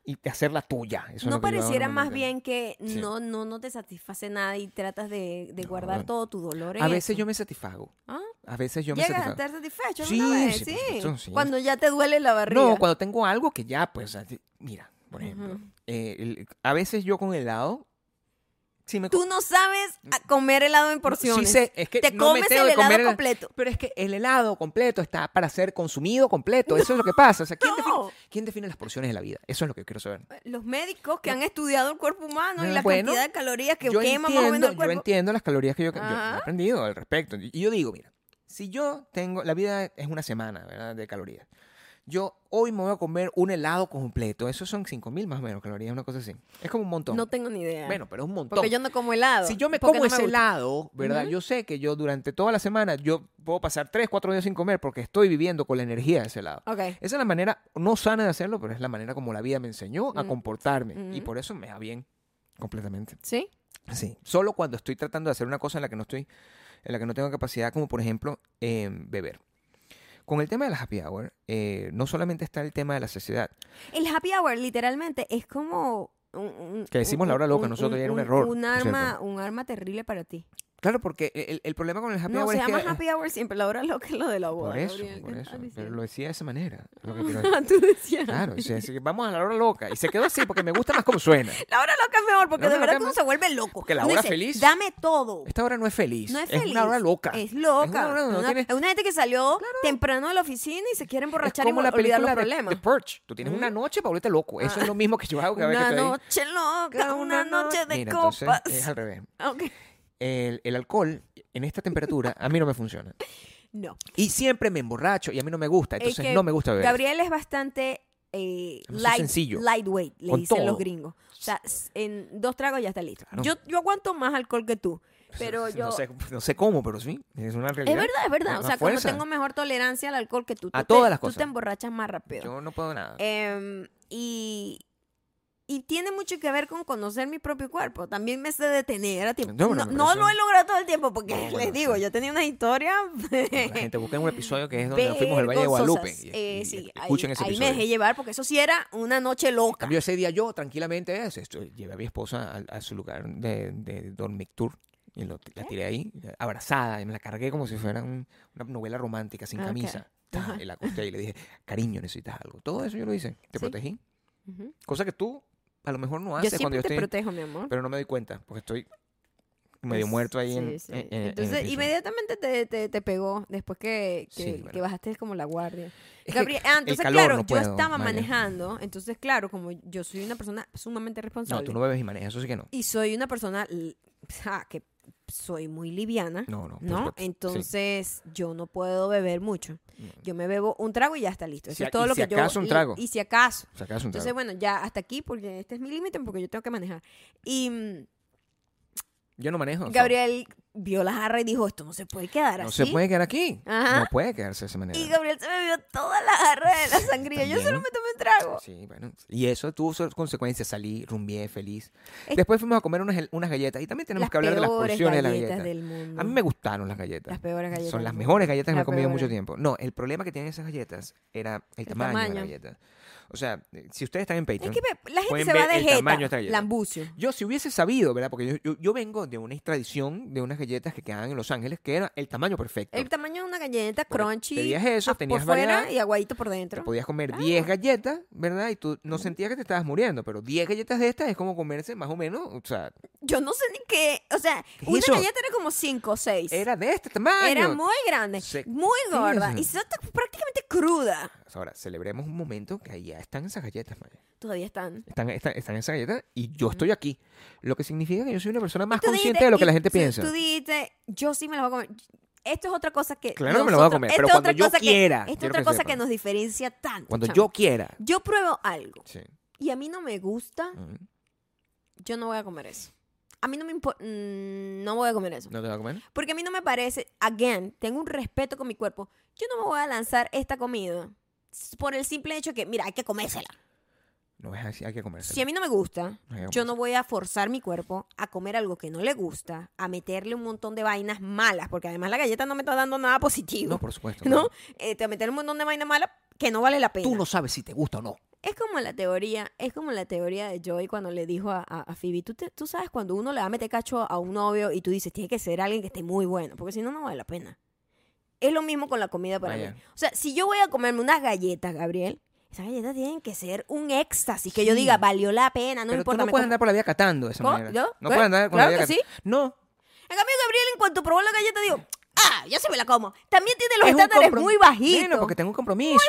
y hacerla tuya. Eso es No lo que yo hago pareciera más normalmente. bien que Sí. no, no, no te satisface nada y tratas de, de No, guardar no. todo tu dolor. en A veces eso. yo me satisfago. Ah, A veces yo me Llegas a satisfago. estar satisfecho Sí, alguna vez, sí, sí, por supuesto, sí. Cuando ya te duele la barriga. No, cuando tengo algo que ya, pues, así- mira, por ejemplo, Ujú. eh, el- a veces yo con helado, sí me co- Tú no sabes a comer helado en Mm. no, sí porciones. sé, es que te no me comes tengo el que comer helado el- completo. Pero es que el helado completo está para ser consumido completo. Eso es lo que pasa. O sea, ¿quién, define, No. quién define las porciones de la vida? Eso es lo que quiero saber. Los médicos que han estudiado el cuerpo humano y Ah, la bueno, cantidad de calorías que yo quema más o menos entiendo, el yo cuerpo. entiendo las calorías que yo, yo he Ajá. aprendido al respecto. Y y yo digo, mira, si yo tengo, la vida es una semana, ¿verdad? De calorías. Yo hoy me voy a comer un helado completo. Eso son 5.000 más o menos calorías, una cosa así. Es como un montón. No tengo ni idea. bueno, pero es un montón. porque yo no como helado. si yo me porque como no ese gusta. helado, ¿verdad? Ujú. Yo sé que yo durante toda la semana yo puedo pasar 3, 4 días sin comer porque estoy viviendo con la energía de ese helado. Ok. Esa es la manera no sana de hacerlo, pero es la manera como la vida me enseñó a Mm. comportarme. Y Ujú. por eso me va bien completamente. ¿Sí? Sí. Solo cuando estoy tratando de hacer una cosa en la que no estoy, en la que no tengo capacidad, como por ejemplo em, beber. Con el tema de la happy hour, eh, no solamente está el tema de la sociedad. El happy hour literalmente es como un- un- Que decimos un- la hora loca, un- nosotros, un- y era un un- error, Un por cierto. arma, un arma terrible para ti. Claro, porque e, el, el problema con el happy no, hour se es que llama happy hour siempre, la hora loca es lo de la boda. por eso, Gabriel, por ¿qué eso. estás Pero diciendo? lo decía de esa manera. es lo que quiero decir. Tú decías. Claro, o sea, así que vamos a la hora loca y se quedó así porque me gusta más como suena. La hora loca es mejor porque La de hora verdad loca que uno es se vuelve loco. porque la Uno hora dice, feliz- Dame todo. Esta hora no es feliz. No es Es feliz. una hora loca. Es Es loca. una hora Es donde no una, tiene- es una gente que salió temprano de la oficina y se quiere Es emborrachar y como la olvidar los película de, problemas. ¿Mm? Ah. de Purge. Tú tienes una noche para volverte loco. Eso es lo mismo que yo hago cada vez que una estoy ahí. noche loca, una noche de Mira, entonces, copas. es al revés. Ok. El, el alcohol en esta temperatura a mí no me funciona. No. Y siempre me emborracho y a mí no me gusta, Es entonces que no me gusta beber. Gabriel es bastante eh, Además, es light- sencillo. lightweight, le Con dicen todo. los gringos. O sea, s- en dos tragos ya está listo. Claro. Yo, yo aguanto más alcohol que tú, pero yo... no, sé, no sé cómo, pero sí, es una realidad. Es verdad, es verdad. Una O sea, fuerza. como tengo mejor tolerancia al alcohol que tú, A tú todas te, las tú cosas. te emborrachas más rápido. Yo no puedo nada. Em, y, y tiene mucho que ver con conocer mi propio cuerpo. También me sé detener a tiempo. No, No, bueno, pero no eso- lo he logrado todo el tiempo porque No, bueno, les digo, sí. yo tenía una historia. La gente busca un episodio que es donde nos fuimos al Valle de Guadalupe. vergonzosas. y- Eh, y sí, ahí, escuchen ese ahí me episodio. dejé llevar porque eso sí era una noche En loca. cambio, ese día yo tranquilamente eh, se- estu- llevé a mi esposa al- a, su lugar de, de dormictur y lo- la tiré ahí, eh, abrazada, y me la cargué como si fuera un- una novela romántica sin Ah, ok. camisa. Ta, Ajá. Y la acosté y le dije, cariño, necesitas algo. Todo eso yo lo hice. Sí. Te protegí. Ujú. Cosa que tú a lo mejor no Yo haces cuando siempre yo te estoy. protejo, mi amor. Pero no me doy cuenta porque estoy medio Es- muerto ahí sí, en, sí. en- en- en el Entonces, piso. inmediatamente te, te- te pegó después que, que, Sí, que bueno. bajaste como la guardia. Es que Gabriel- ah, entonces, calor claro, no yo puedo, estaba Maya. manejando. Entonces, claro, como yo soy una persona sumamente No, responsable. tú no bebes y manejas, eso sí que no. Y soy una persona l- ah, que soy muy liviana. No, no. por ¿No? supuesto. Sí. Mm. Entonces, yo no puedo beber mucho. No. Yo me bebo un trago y ya está listo. Eso Si a- es todo y lo si que yo- acaso un y- trago. Y, si acaso. O sea, que hagas un Entonces, trago. bueno, ya hasta aquí, porque este es mi límite, porque yo tengo que manejar. Y mm, Yo no manejo. o sea, Gabriel vio la jarra y dijo: Esto no se puede quedar No así. se puede quedar aquí. Ajá. No puede quedarse de esa manera. Y Gabriel se bebió toda la jarra de la sangría. Yo también. solo me tomé un trago. Sí, bueno. Y eso tuvo sus consecuencias. Salí, rumbié, feliz. Es- Después fuimos a comer unas, gel- unas galletas. Y también tenemos que hablar de las peores porciones de las galletas galletas. del mundo. A mí me gustaron las galletas. Las peores galletas Son del las mundo. mejores galletas que me he Las comido en mucho peores. tiempo. No, el problema que tienen esas galletas era el, tamaño, de tamaño. la galleta. O sea, eh, si ustedes están en Patreon... Es que ve- la gente pueden se va ver de el tamaño de jeta, esta galleta. lambucio. Yo si hubiese sabido, ¿verdad? Porque yo, yo- yo vengo de una tradición de unas galletas que quedaban en Los Ángeles que era el tamaño perfecto. El tamaño de una galleta Bueno, crunchy. tenías eso, a- tenías por fuera variedad. y aguadito por Te dentro. podías comer 10 galletas, ¿verdad? Y tú no sentías que te estabas muriendo, pero 10 galletas de estas es como comerse más o menos, o sea, Yo no sé ni qué. O sea, ¿Qué es una eso? galleta era como 5 o 6. era de este tamaño. muy grande, Se- muy ¿Qué gorda. es Y eso? está prácticamente cruda. Ahora, celebremos un momento que ahí ya están esas galletas, Maya. Todavía están. Están, están, están esas galletas y yo estoy aquí. Lo que significa que yo soy una persona más Tú consciente dijiste- de lo que y- la gente sí, piensa. Tú dijiste, yo sí me la voy a comer. Esto es otra cosa que. Claro que me la voy a nosotros- comer, esto pero es cuando otra yo cosa que- quiera, Esto es quiero otra que cosa sepan. que nos diferencia tanto. Cuando chamo. yo quiera. Yo pruebo algo Sí. y a mí no me gusta, Mm. yo no voy a comer eso. A mí no me importa. no voy a comer eso. ¿No te vas a comer? Porque a mí no me parece, again, tengo un respeto con mi cuerpo. Yo no me voy a lanzar esta comida s- por el simple hecho que, mira, hay que comérsela. No es así, hay que comerse. Si a mí no me gusta, Hay que yo no comérsela. voy a forzar mi cuerpo a comer algo que no le gusta, a meterle un montón de vainas malas, porque además la galleta no me está dando nada positivo. No, por supuesto. ¿No? claro. Eh, te va a meter un montón de vainas malas que no vale la pena. Tú no sabes si te gusta o no. Es como la teoría, es como la teoría de Joey cuando le dijo a, a- a Phoebe, ¿Tú, te- tú sabes cuando uno le va a meter cacho a un novio y tú dices, tiene que ser alguien que esté muy bueno, porque si no, no vale la pena. Es lo mismo con la comida para Vaya. mí. O sea, si yo voy a comerme unas galletas, Gabriel, esas galletas tienen que ser un éxtasis, que yo Sí. diga, valió la pena, no pero tú importa. no me puedes como". andar por la vida catando de esa ¿Cómo? manera. ¿Yo? No ¿Qué? puedes andar por Claro la vida que catando. No. En cambio, Gabriel, en cuanto probó la galleta, digo, ah, ya se me la como. También tiene los es un estándares comprom- muy bajitos. Bueno, porque tengo un compromiso.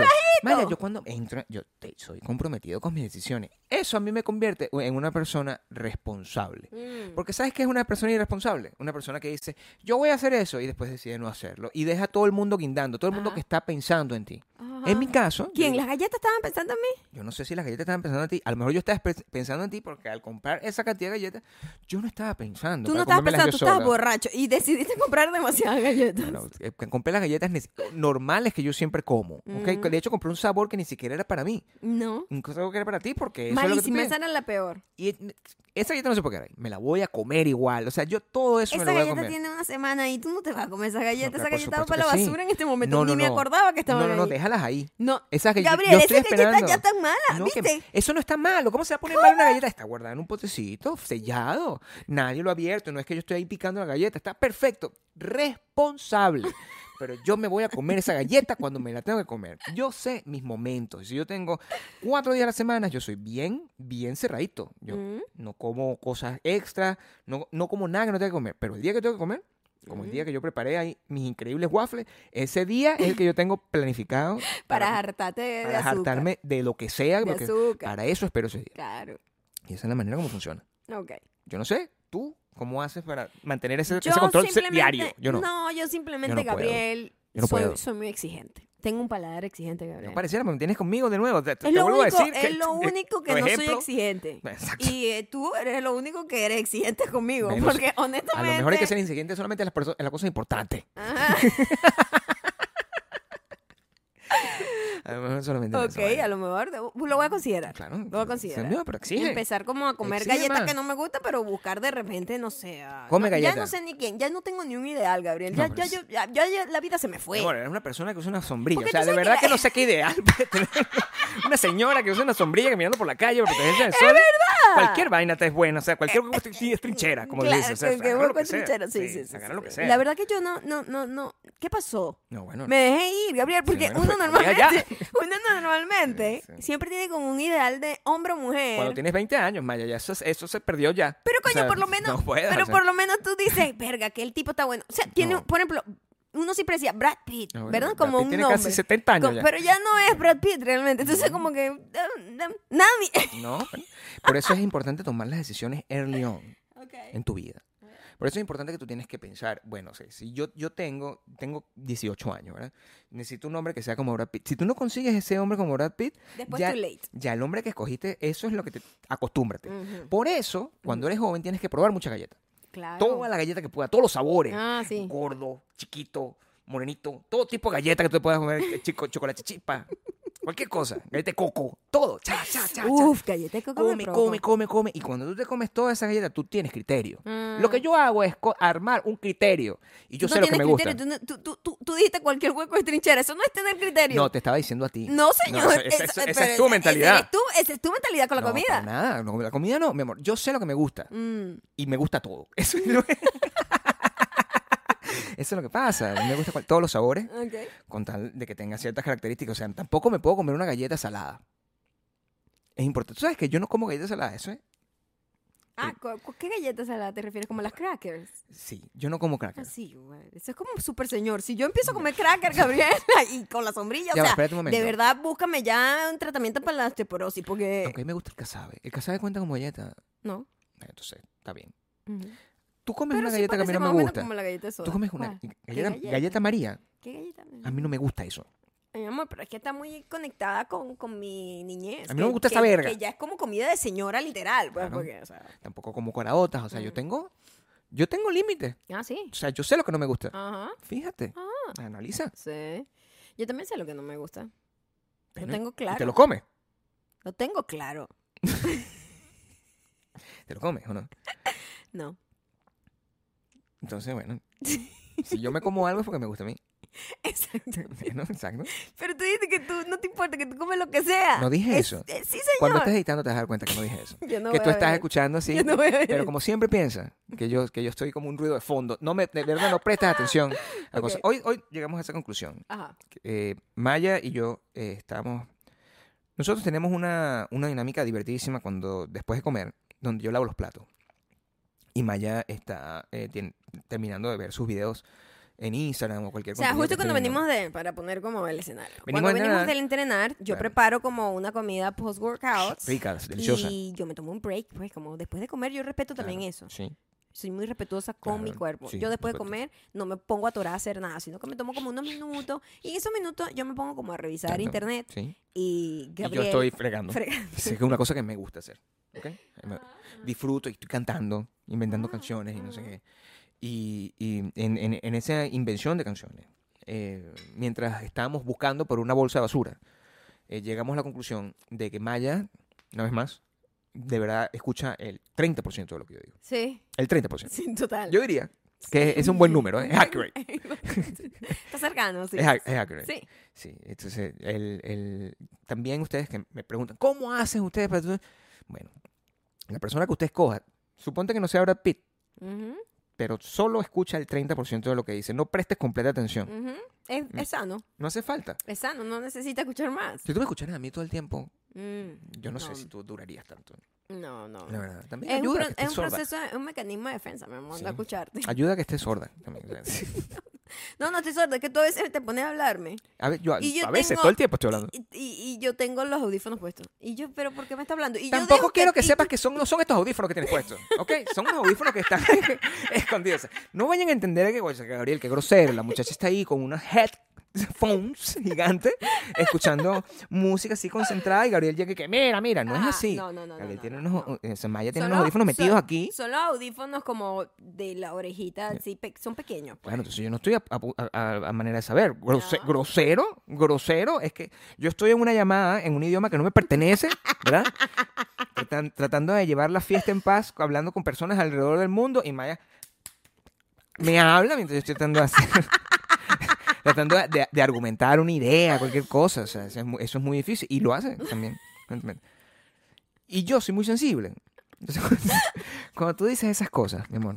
Maya, yo cuando entro, yo te- soy comprometido con mis decisiones. Eso a mí me convierte en una persona responsable. Mm. Porque sabes que es una persona irresponsable, una persona que dice, yo voy a hacer eso y después decide no hacerlo y deja a todo el mundo guindando, todo el mundo Ajá. que está pensando en ti. Ajá. En mi caso, yo ¿Quién? digo, ¿Las galletas estaban pensando en mí? yo no sé si las galletas estaban pensando en ti, a lo mejor yo estaba pe- pensando en ti porque al comprar esa cantidad de galletas, yo no estaba pensando. Tú no para estabas comérmelas pensando, yo tú estabas sola. borracho y decidiste comprar demasiadas galletas. Bueno, eh, compré las galletas nes- normales que yo siempre como. ¿ok? Ujú. De hecho, compré un sabor que ni siquiera era para mí. No. Un sabor que era para ti porque eso es lo que tú Malísima, pides. esa era la peor. Y eh, esa galleta no se puede quedar ahí. Me la voy a comer igual. O sea, yo todo eso me Esa lo voy a galleta comer. tiene una semana y tú no te vas a comer esa galleta. claro, esa por galleta va supuesto para la que sí. basura en este momento. No, Ni no, me no. acordaba que estaban No, no, no, ahí. déjalas ahí. No. Esas galletas. Gabriel, yo estoy esas galletas esperando. ya están malas, No, que- ¿viste? eso no está malo. ¿Cómo se va a poner mal una galleta? Está guardada en un potecito, sellado. Nadie lo ha abierto. No es que yo estoy ahí picando la galleta. Está perfecto. Responsable. Pero yo me voy a comer esa galleta cuando me la tengo que comer. Yo sé mis momentos. Si yo tengo cuatro días a la semana, yo soy bien, bien cerradito. Yo Mm. no como cosas extras, no, no como nada que no tenga que comer. Pero el día que tengo que comer, como el día que yo preparé ahí mis increíbles waffles, ese día es el que yo tengo planificado Para hartarte de, para de azúcar. hartarme de lo que sea, de porque azúcar. para eso espero ese día. Claro. Y esa es la manera como funciona. Ok. Yo no sé, tú, ¿cómo haces para mantener ese, ese Yo control se- simplemente- diario? Yo no. yo simplemente, Yo no puedo. Gabriel, Yo no soy, puedo. soy muy exigente. Tengo un paladar exigente, Gabriel. No pareciera, pero me tienes conmigo de nuevo. Te, te es lo vuelvo único, a decir. es lo único que por no soy ejemplo, exigente. Exacto. Y eh, tú eres lo único que eres exigente conmigo. Bueno, porque A honestamente. Ah, lo mejor hay que ser insignificante solamente en las, perso- en las cosas importantes. Ajá, A lo mejor solamente en ok, eso, vale. a lo mejor debo- lo voy a considerar. Claro. Lo voy a considerar. No, pero exige. Empezar como a comer Exige galletas más. que no me gusta, pero buscar de repente, no sé. ah, Come no, galleta. Ya no sé ni quién, ya no tengo ni un ideal, Gabriel. No, Ya, pero ya, yo- ya, ya- ya la vida se me fue. Bueno, eres una persona que usa una sombrilla. Porque o sea, tú de sabes que verdad la- que no sé qué ideal puede tener una señora que usa una sombrilla caminando por la calle para protegerse del sol. verdad! Eh, Cualquier vaina te es buena. O sea, cualquier cosa es trinchera, como Claro, dices. O sea, que- que agarra voy lo con que sea. trinchera, sí, sí, sí, agarra sí, lo que sí. sea. La verdad que yo no, no, no, no. ¿Qué pasó? No, bueno. Me dejé ir, Gabriel, porque bueno, uno, pues, normalmente, ya. uno normalmente Sí, sí. siempre tiene como un ideal de hombre o mujer. Cuando tienes 20 años, Maya, ya eso, eso se perdió ya. Pero O coño, sea, por lo menos, no puedes, pero o sea, por lo menos tú dices, verga, que el tipo está bueno. O sea, tiene, No. por ejemplo, uno siempre decía Brad Pitt, no, bueno, ¿verdad? Brad como Pitt un tiene nombre. casi 70 años Co- ya. Pero ya no es Brad Pitt realmente. Entonces como que um, um, nadie. No, bueno. por eso es importante tomar las decisiones early on en tu vida. Por eso es importante que tú tienes que pensar, bueno, sí, si yo, yo tengo, tengo 18 años, ¿verdad? Necesito un hombre que sea como Brad Pitt. Si tú no consigues ese hombre como Brad Pitt, Después ya, too late. ya el hombre que escogiste, eso es lo que te acostúmbrate. Ujú. Por eso, cuando eres joven, tienes que probar mucha galleta. Claro. Toda la galleta que pueda, todos los sabores. Ah, sí. Gordo, chiquito, morenito, todo tipo de galleta que tú puedas comer, eh, chico, chocolate chispa, cualquier cosa, galleta de coco, todo. Cha, cha, cha, cha. Uf, galleta de coco me Come, provoca. come, come, come. Y cuando tú te comes toda esa galleta, tú tienes criterio. Ah. Lo que yo hago es co- armar un criterio. Y yo Tú sé no lo que me tienes gusta. criterio, Tú, no- tú- tú- tú- tú dijiste cualquier hueco es trinchera. Eso no es tener criterio. No, te estaba diciendo a ti. No, señor. esa- esa, eso- esa pero es tu esa- mentalidad. Esa es tu, esa es tu mentalidad con la No, para comida. nada. No, la comida no, mi amor. Yo sé lo que me gusta. Mm. y me gusta todo. Eso es lo que, Eso es lo que pasa. A mí me gusta cual- todos los sabores, Ok. con tal de que tenga ciertas características. O sea, tampoco me puedo comer una galleta salada. Es importante. Tú sabes que yo no como galletas saladas, eso es. Ah, ¿cu- cu- ¿qué galletas saladas te refieres? ¿Como las crackers? Sí, yo no como Ah, crackers. sí, güey. Eso es como súper señor. Si yo empiezo a comer cracker, Gabriela, y con la sombrilla, Ya o va, sea, espérate un momento. de verdad, búscame ya un tratamiento para la osteoporosis, porque... Aunque a mí me gusta el casabe. El casabe cuenta como galleta. No. Ah, Entonces, está bien. Ujú. Tú comes Pero una sí galleta que a mí parece no más o me menos gusta. como la galleta de soda. Tú comes ¿Cuál? una ¿Qué galleta, galleta? Mm. galleta María. ¿Qué galleta? me- A mí no me gusta eso. Ay, Mi amor, pero es que está muy conectada con, con mi niñez. A mí no que- me gusta que- esa verga. Que ya es como comida de señora literal, pues, Claro. porque, o sea... Tampoco como caraotas. O sea, Mm. yo tengo, yo tengo límites. Ah, sí. O sea, yo sé lo que no me gusta. Ajá, Fíjate. Ah. Analiza. sí. Yo también sé lo que no me gusta. Lo Bueno, tengo Y te claro. lo comes. Lo tengo claro. Te lo comes, ¿o no? No. Entonces, bueno. si yo me como algo es porque me gusta a mí. Exacto. ¿no? Exacto. Pero tú dices que tú no te importa, que tú comes lo que sea. No dije Es- eso. eh, sí, Cuando señor. estés editando te vas a dar cuenta que no dije eso. Yo no que voy tú a estás ver. escuchando así. Yo no voy a ver Pero eso. como siempre piensa que yo, que yo estoy como un ruido de fondo. No me, de verdad no prestas atención a Ok. cosas. Hoy, hoy llegamos a esa conclusión. Ajá. Eh, Maya y yo eh, estamos... Nosotros tenemos una, una dinámica divertidísima cuando después de comer, donde yo lavo los platos. Y Maya está eh, tien- terminando de ver sus videos en Instagram o cualquier O sea, contenido que justo esté cuando viendo. venimos de, para poner como el escenario. Venimos cuando de venimos entrenar. del entrenar, yo Claro. preparo como una comida post-workout. Rica, deliciosa. Y yo me tomo un break, pues como después de comer yo respeto también Claro, eso. Sí. Soy muy respetuosa con mi Claro, cuerpo. sí, yo por después de supuesto. comer no me pongo atorada a hacer nada, sino que me tomo como unos minutos y en esos minutos yo me pongo como a revisar Claro, internet Sí. y Y Gabriel yo estoy fregando. frega- Sí, que es una cosa que me gusta hacer. ¿ok? Eh, Me- Disfruto y estoy cantando, inventando Ah, canciones y no sé qué. Y, y en, en- en esa invención de canciones, eh, mientras estábamos buscando por una bolsa de basura, eh, llegamos a la conclusión de que Maya, una vez más, de verdad escucha el 30% de lo que yo digo. Sí, El 30%. sí, total. Yo diría que es un buen número, ¿eh? es accurate. Está cercano, sí. Es, ac- es accurate. Sí. Sí, entonces el, el- también ustedes que me preguntan, ¿cómo hacen ustedes para...? tu-?" Bueno, la persona que usted escoja, suponte que no sea Brad Pitt, Ujú, pero solo escucha el 30% de lo que dice. No prestes completa atención. ujú. Es, Mm. es sano, No hace falta. es sano, no necesita escuchar más. Si tú me escucharas a mí todo el tiempo, Mm, yo no, sé No. si tú durarías tanto. no, no. La verdad. También Es un, ayuda pro- es que estés un sorda. proceso, es un mecanismo de defensa, me amor, no Sí. escucharte. Ayuda que estés sorda. También. No, no estoy sorda, es que tú a veces te pones a hablarme. A, ver, yo, a, Y yo a veces, tengo- todo el tiempo estoy hablando. Y, y- y yo tengo los audífonos puestos. Y yo, ¿pero por qué me está hablando? Y yo Tampoco dejo quiero que y- sepas que son, no son estos audífonos que tienes puestos, ¿ok? Son unos audífonos que están escondidos. No vayan a entender que, oye, Gabriel, qué grosero. La muchacha está ahí con unas headphones gigantes, escuchando música así concentrada y Gabriel llega y que, mira, mira, no es Ah, así. no, no, no, Gabriel no, tiene no, unos, eh, Samaya tiene son unos los- audífonos metidos son- aquí. Son los audífonos como de la orejita, así, pe- son pequeños. Bueno, entonces yo no estoy a, a- a- a manera de saber. Grose- No. Grosero, grosero. Es que yo estoy en una llamada en un idioma que no me pertenece, ¿verdad? Tratan- tratando de llevar la fiesta en paz, hablando con personas alrededor del mundo y Maya me habla mientras yo estoy tratando de hacer- tratando de, de- de argumentar una idea, cualquier cosa. O sea, eso es muy, eso es muy difícil. Y lo hace también. evidentemente. Y yo soy muy sensible. Entonces, cuando- cuando tú dices esas cosas, mi amor,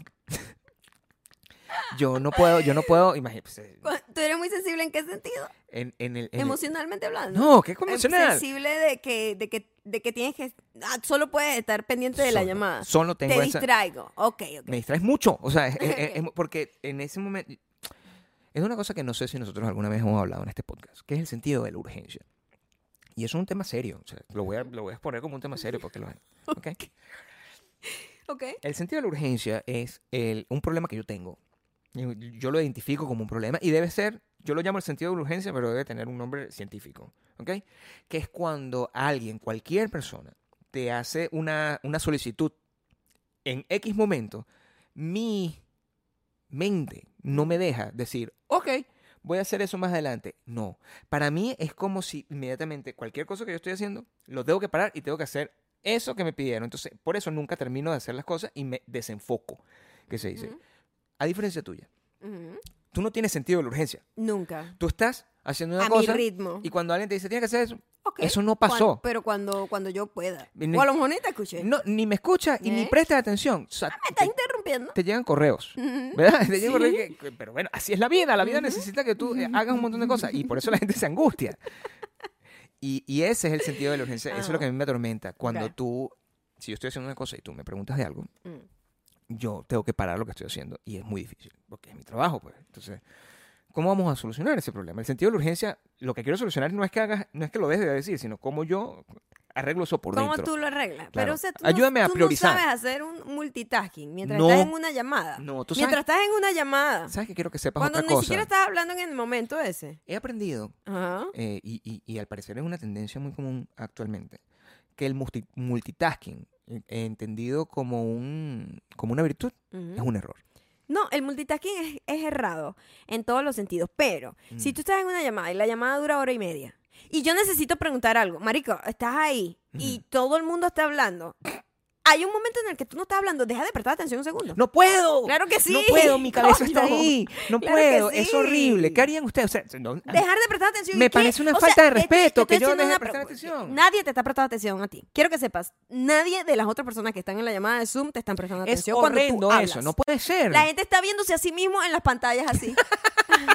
yo no puedo, yo no puedo, imagínate, Cu- ¿Tú eres muy sensible en qué sentido? en, en el... en el- Emocionalmente hablando. no, qué Em- convencional. Sensible de que, de que, de que tienes que. ah, solo puedes estar pendiente de la Solo- llamada. Solo tengo Te esa... distraigo. Ok, ok. me distraes mucho. O sea, es- es- es- Ok. es- porque en ese momento. Es una cosa que no sé si nosotros alguna vez hemos hablado en este podcast, que es el sentido de la urgencia. Y eso es un tema serio. O sea, lo, voy a, lo voy a exponer como un tema serio porque lo es. ¿ok? Ok. El sentido de la urgencia es el- un problema que yo tengo. Yo, yo lo identifico como un problema y debe ser, yo lo llamo el sentido de la urgencia, pero debe tener un nombre científico. ¿Ok? Que es cuando alguien, cualquier persona, te hace una, una solicitud en X momento, mi mente no me deja decir, ok, voy a hacer eso más adelante. No. Para mí es como si inmediatamente cualquier cosa que yo estoy haciendo, lo tengo que parar y tengo que hacer eso que me pidieron. Entonces, por eso nunca termino de hacer las cosas y me desenfoco, que se dice. Ujú, A diferencia tuya, ujú. tú no tienes sentido de la urgencia. Nunca. Tú estás haciendo una A mi cosa ritmo. y cuando alguien te dice, tienes que hacer eso, Ok. eso no Cuan- pasó. pero cuando, cuando yo pueda. Y ni- O a lo mejor ni te escuché. No, ni me escucha y ni ¿Eh? presta atención. O sea, Me te- estás interrumpiendo. te llegan correos. Ujú. ¿Verdad? Te llegan Sí. correos que- que- pero bueno, así es la vida. La vida necesita que tú eh, hagas un montón de cosas y por eso la gente se angustia. Y, y ese es el sentido de la urgencia. Eso es lo que a mí me atormenta. Cuando Ah. Ok. tú, si yo estoy haciendo una cosa y tú me preguntas de algo, Mm. yo tengo que parar lo que estoy haciendo y es muy difícil porque es mi trabajo, pues. Entonces, ¿cómo vamos a solucionar ese problema? El sentido de la urgencia, lo que quiero solucionar no es que hagas, no es que lo dejes de decir, sino cómo yo arreglo eso por ¿Cómo dentro. tú lo arreglas? Claro. Pero, o sea, tú Ayúdame no, a tú priorizar. no sabes hacer un multitasking mientras No. estás en una llamada. No, tú sabes- mientras estás en una llamada. ¿Sabes qué quiero que sepas Cuando otra ni cosa? siquiera estás hablando en el momento ese. He aprendido Ajá. eh, y, y- y al parecer es una tendencia muy común actualmente, que el multi- multitasking, eh, entendido como, un, como una virtud, Ujú. es un error. No, el multitasking es, es errado en todos los sentidos, pero si Mm. tú estás en una llamada y la llamada dura hora y media y yo necesito preguntar algo, Marico, estás ahí y todo el mundo está hablando, hay un momento en el que tú no estás hablando, deja de prestar atención un segundo. ¡No puedo! Claro que sí. No puedo, mi cabeza está coño. ahí. No Claro que puedo, es sí. horrible. ¿Qué harían ustedes? O sea, no- Dejar de prestar atención. ¿y Me qué? parece una O eh, falta de te- te- respeto te que yo estoy haciendo deje de una prestar pregunta. atención. Nadie te está prestando atención a ti. Quiero que sepas, nadie de las otras personas que están en la llamada de Zoom te están prestando es atención cuando tú horrendo eso, hablas. no puede ser. La gente está viéndose a sí mismo en las pantallas así.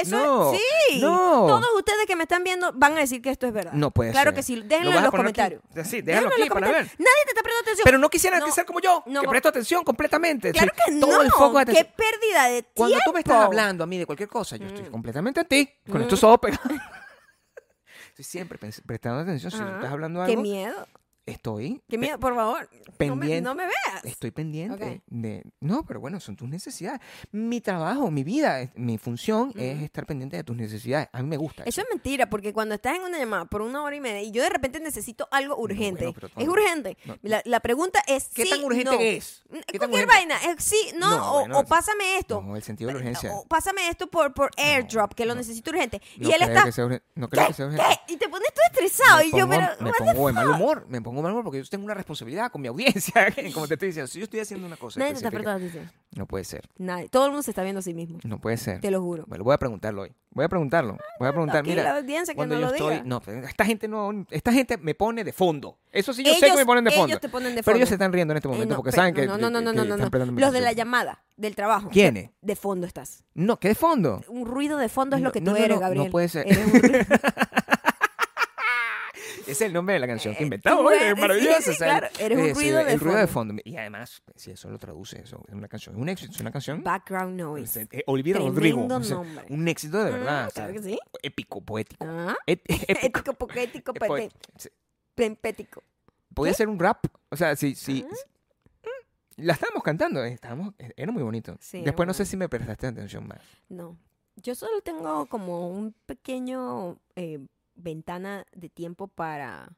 Eso No, es, sí. no. Todos ustedes que me están viendo van a decir que esto es verdad. No puede claro ser. que sí. Lo Déjenlo vas en a los poner aquí. comentarios. Sí, déjalo en aquí los para comentarias. ver. Nadie te está prestando atención. Pero no quisiera No, que ser como yo, no, que ma- presto atención completamente. Claro sí, que todo no. el foco de atención. Qué pérdida de tiempo. Mm. Cuando tú me estás hablando a mí de cualquier cosa, yo estoy completamente a ti, con estos ojos pegados. Estoy siempre pens- prestando atención. Si tú Ajá. estás hablando Qué algo, miedo. estoy, Qué miedo, por favor. No me, pendiente. no me veas. estoy pendiente Ok. de... No, pero bueno, son tus necesidades. Mi trabajo, mi vida, es- mi función es estar pendiente de tus necesidades. A mí me gusta. Mm. Eso es mentira, porque cuando estás en una llamada por una hora y media y yo de repente necesito algo urgente, pero tú- es urgente. no. La, la pregunta es ¿Qué sí, tan urgente no. Mm, es? ¿Qué tan Cualquier urgente? vaina, eh, sí, no, No, o, bueno, o pásame esto. No, el sentido de la urgencia. O pásame esto por, por airdrop, que lo necesito urgente. No y él creo está. que sea urgen- no creo ¿Qué? que sea urgente. ¿Qué? Y te pones todo estresado. me y yo, pongo, pero. me what the pongo de mal fuck? humor, me pongo de mal humor porque yo tengo una responsabilidad con mi audiencia, como te estoy diciendo, si yo estoy haciendo una cosa Nadie te está específica- prestando atención. no puede ser, Nadie. Todo el mundo se está viendo a sí mismo. no puede ser. Te lo juro. Bueno, voy a preguntarlo hoy. Voy a preguntarlo. Voy a preguntar, tranquila, mira, la audiencia que cuando no yo lo estoy, diga. no, pero esta gente no, esta gente me pone de fondo. Eso sí yo sé Ellos- que me ponen de ellos fondo. te ponen de Pero fondo. ellos se están riendo en este Eh, momento no, porque pero- saben que No, no, no, que- no, que no, no, están no. prestando mi Los de la atención. llamada, del trabajo. ¿Quiénes? De fondo estás. No, ¿qué de fondo? Un ruido de fondo es No, lo que tú no, no, eres, no, no Gabriel. puede ser. Eres un ruido- Ese es el nombre de la canción que Eh, inventamos. tú oye, puedes es maravilloso. decir, claro, eres un eh, sí, ruido de el ruido de fondo. Y además, si eso lo traduce, eso es una canción, es un éxito, es una canción. Background noise. Eh, Olivia Pues, Tremendo Rodrigo. o sea, nombre. un éxito de verdad. Ah, o sea, claro que sí. Épico, poético. Ah, Et- épico. ético, poquético, Eh, poe- pete- pempético. Podía ser un rap. O sea, sí, sí. Ah. sí. La estábamos cantando, eh, estábamos, eh, era muy bonito. Sí, era Después muy no sé bonito. si me prestaste atención más. No. Yo solo tengo como un pequeño eh, ventana de tiempo para,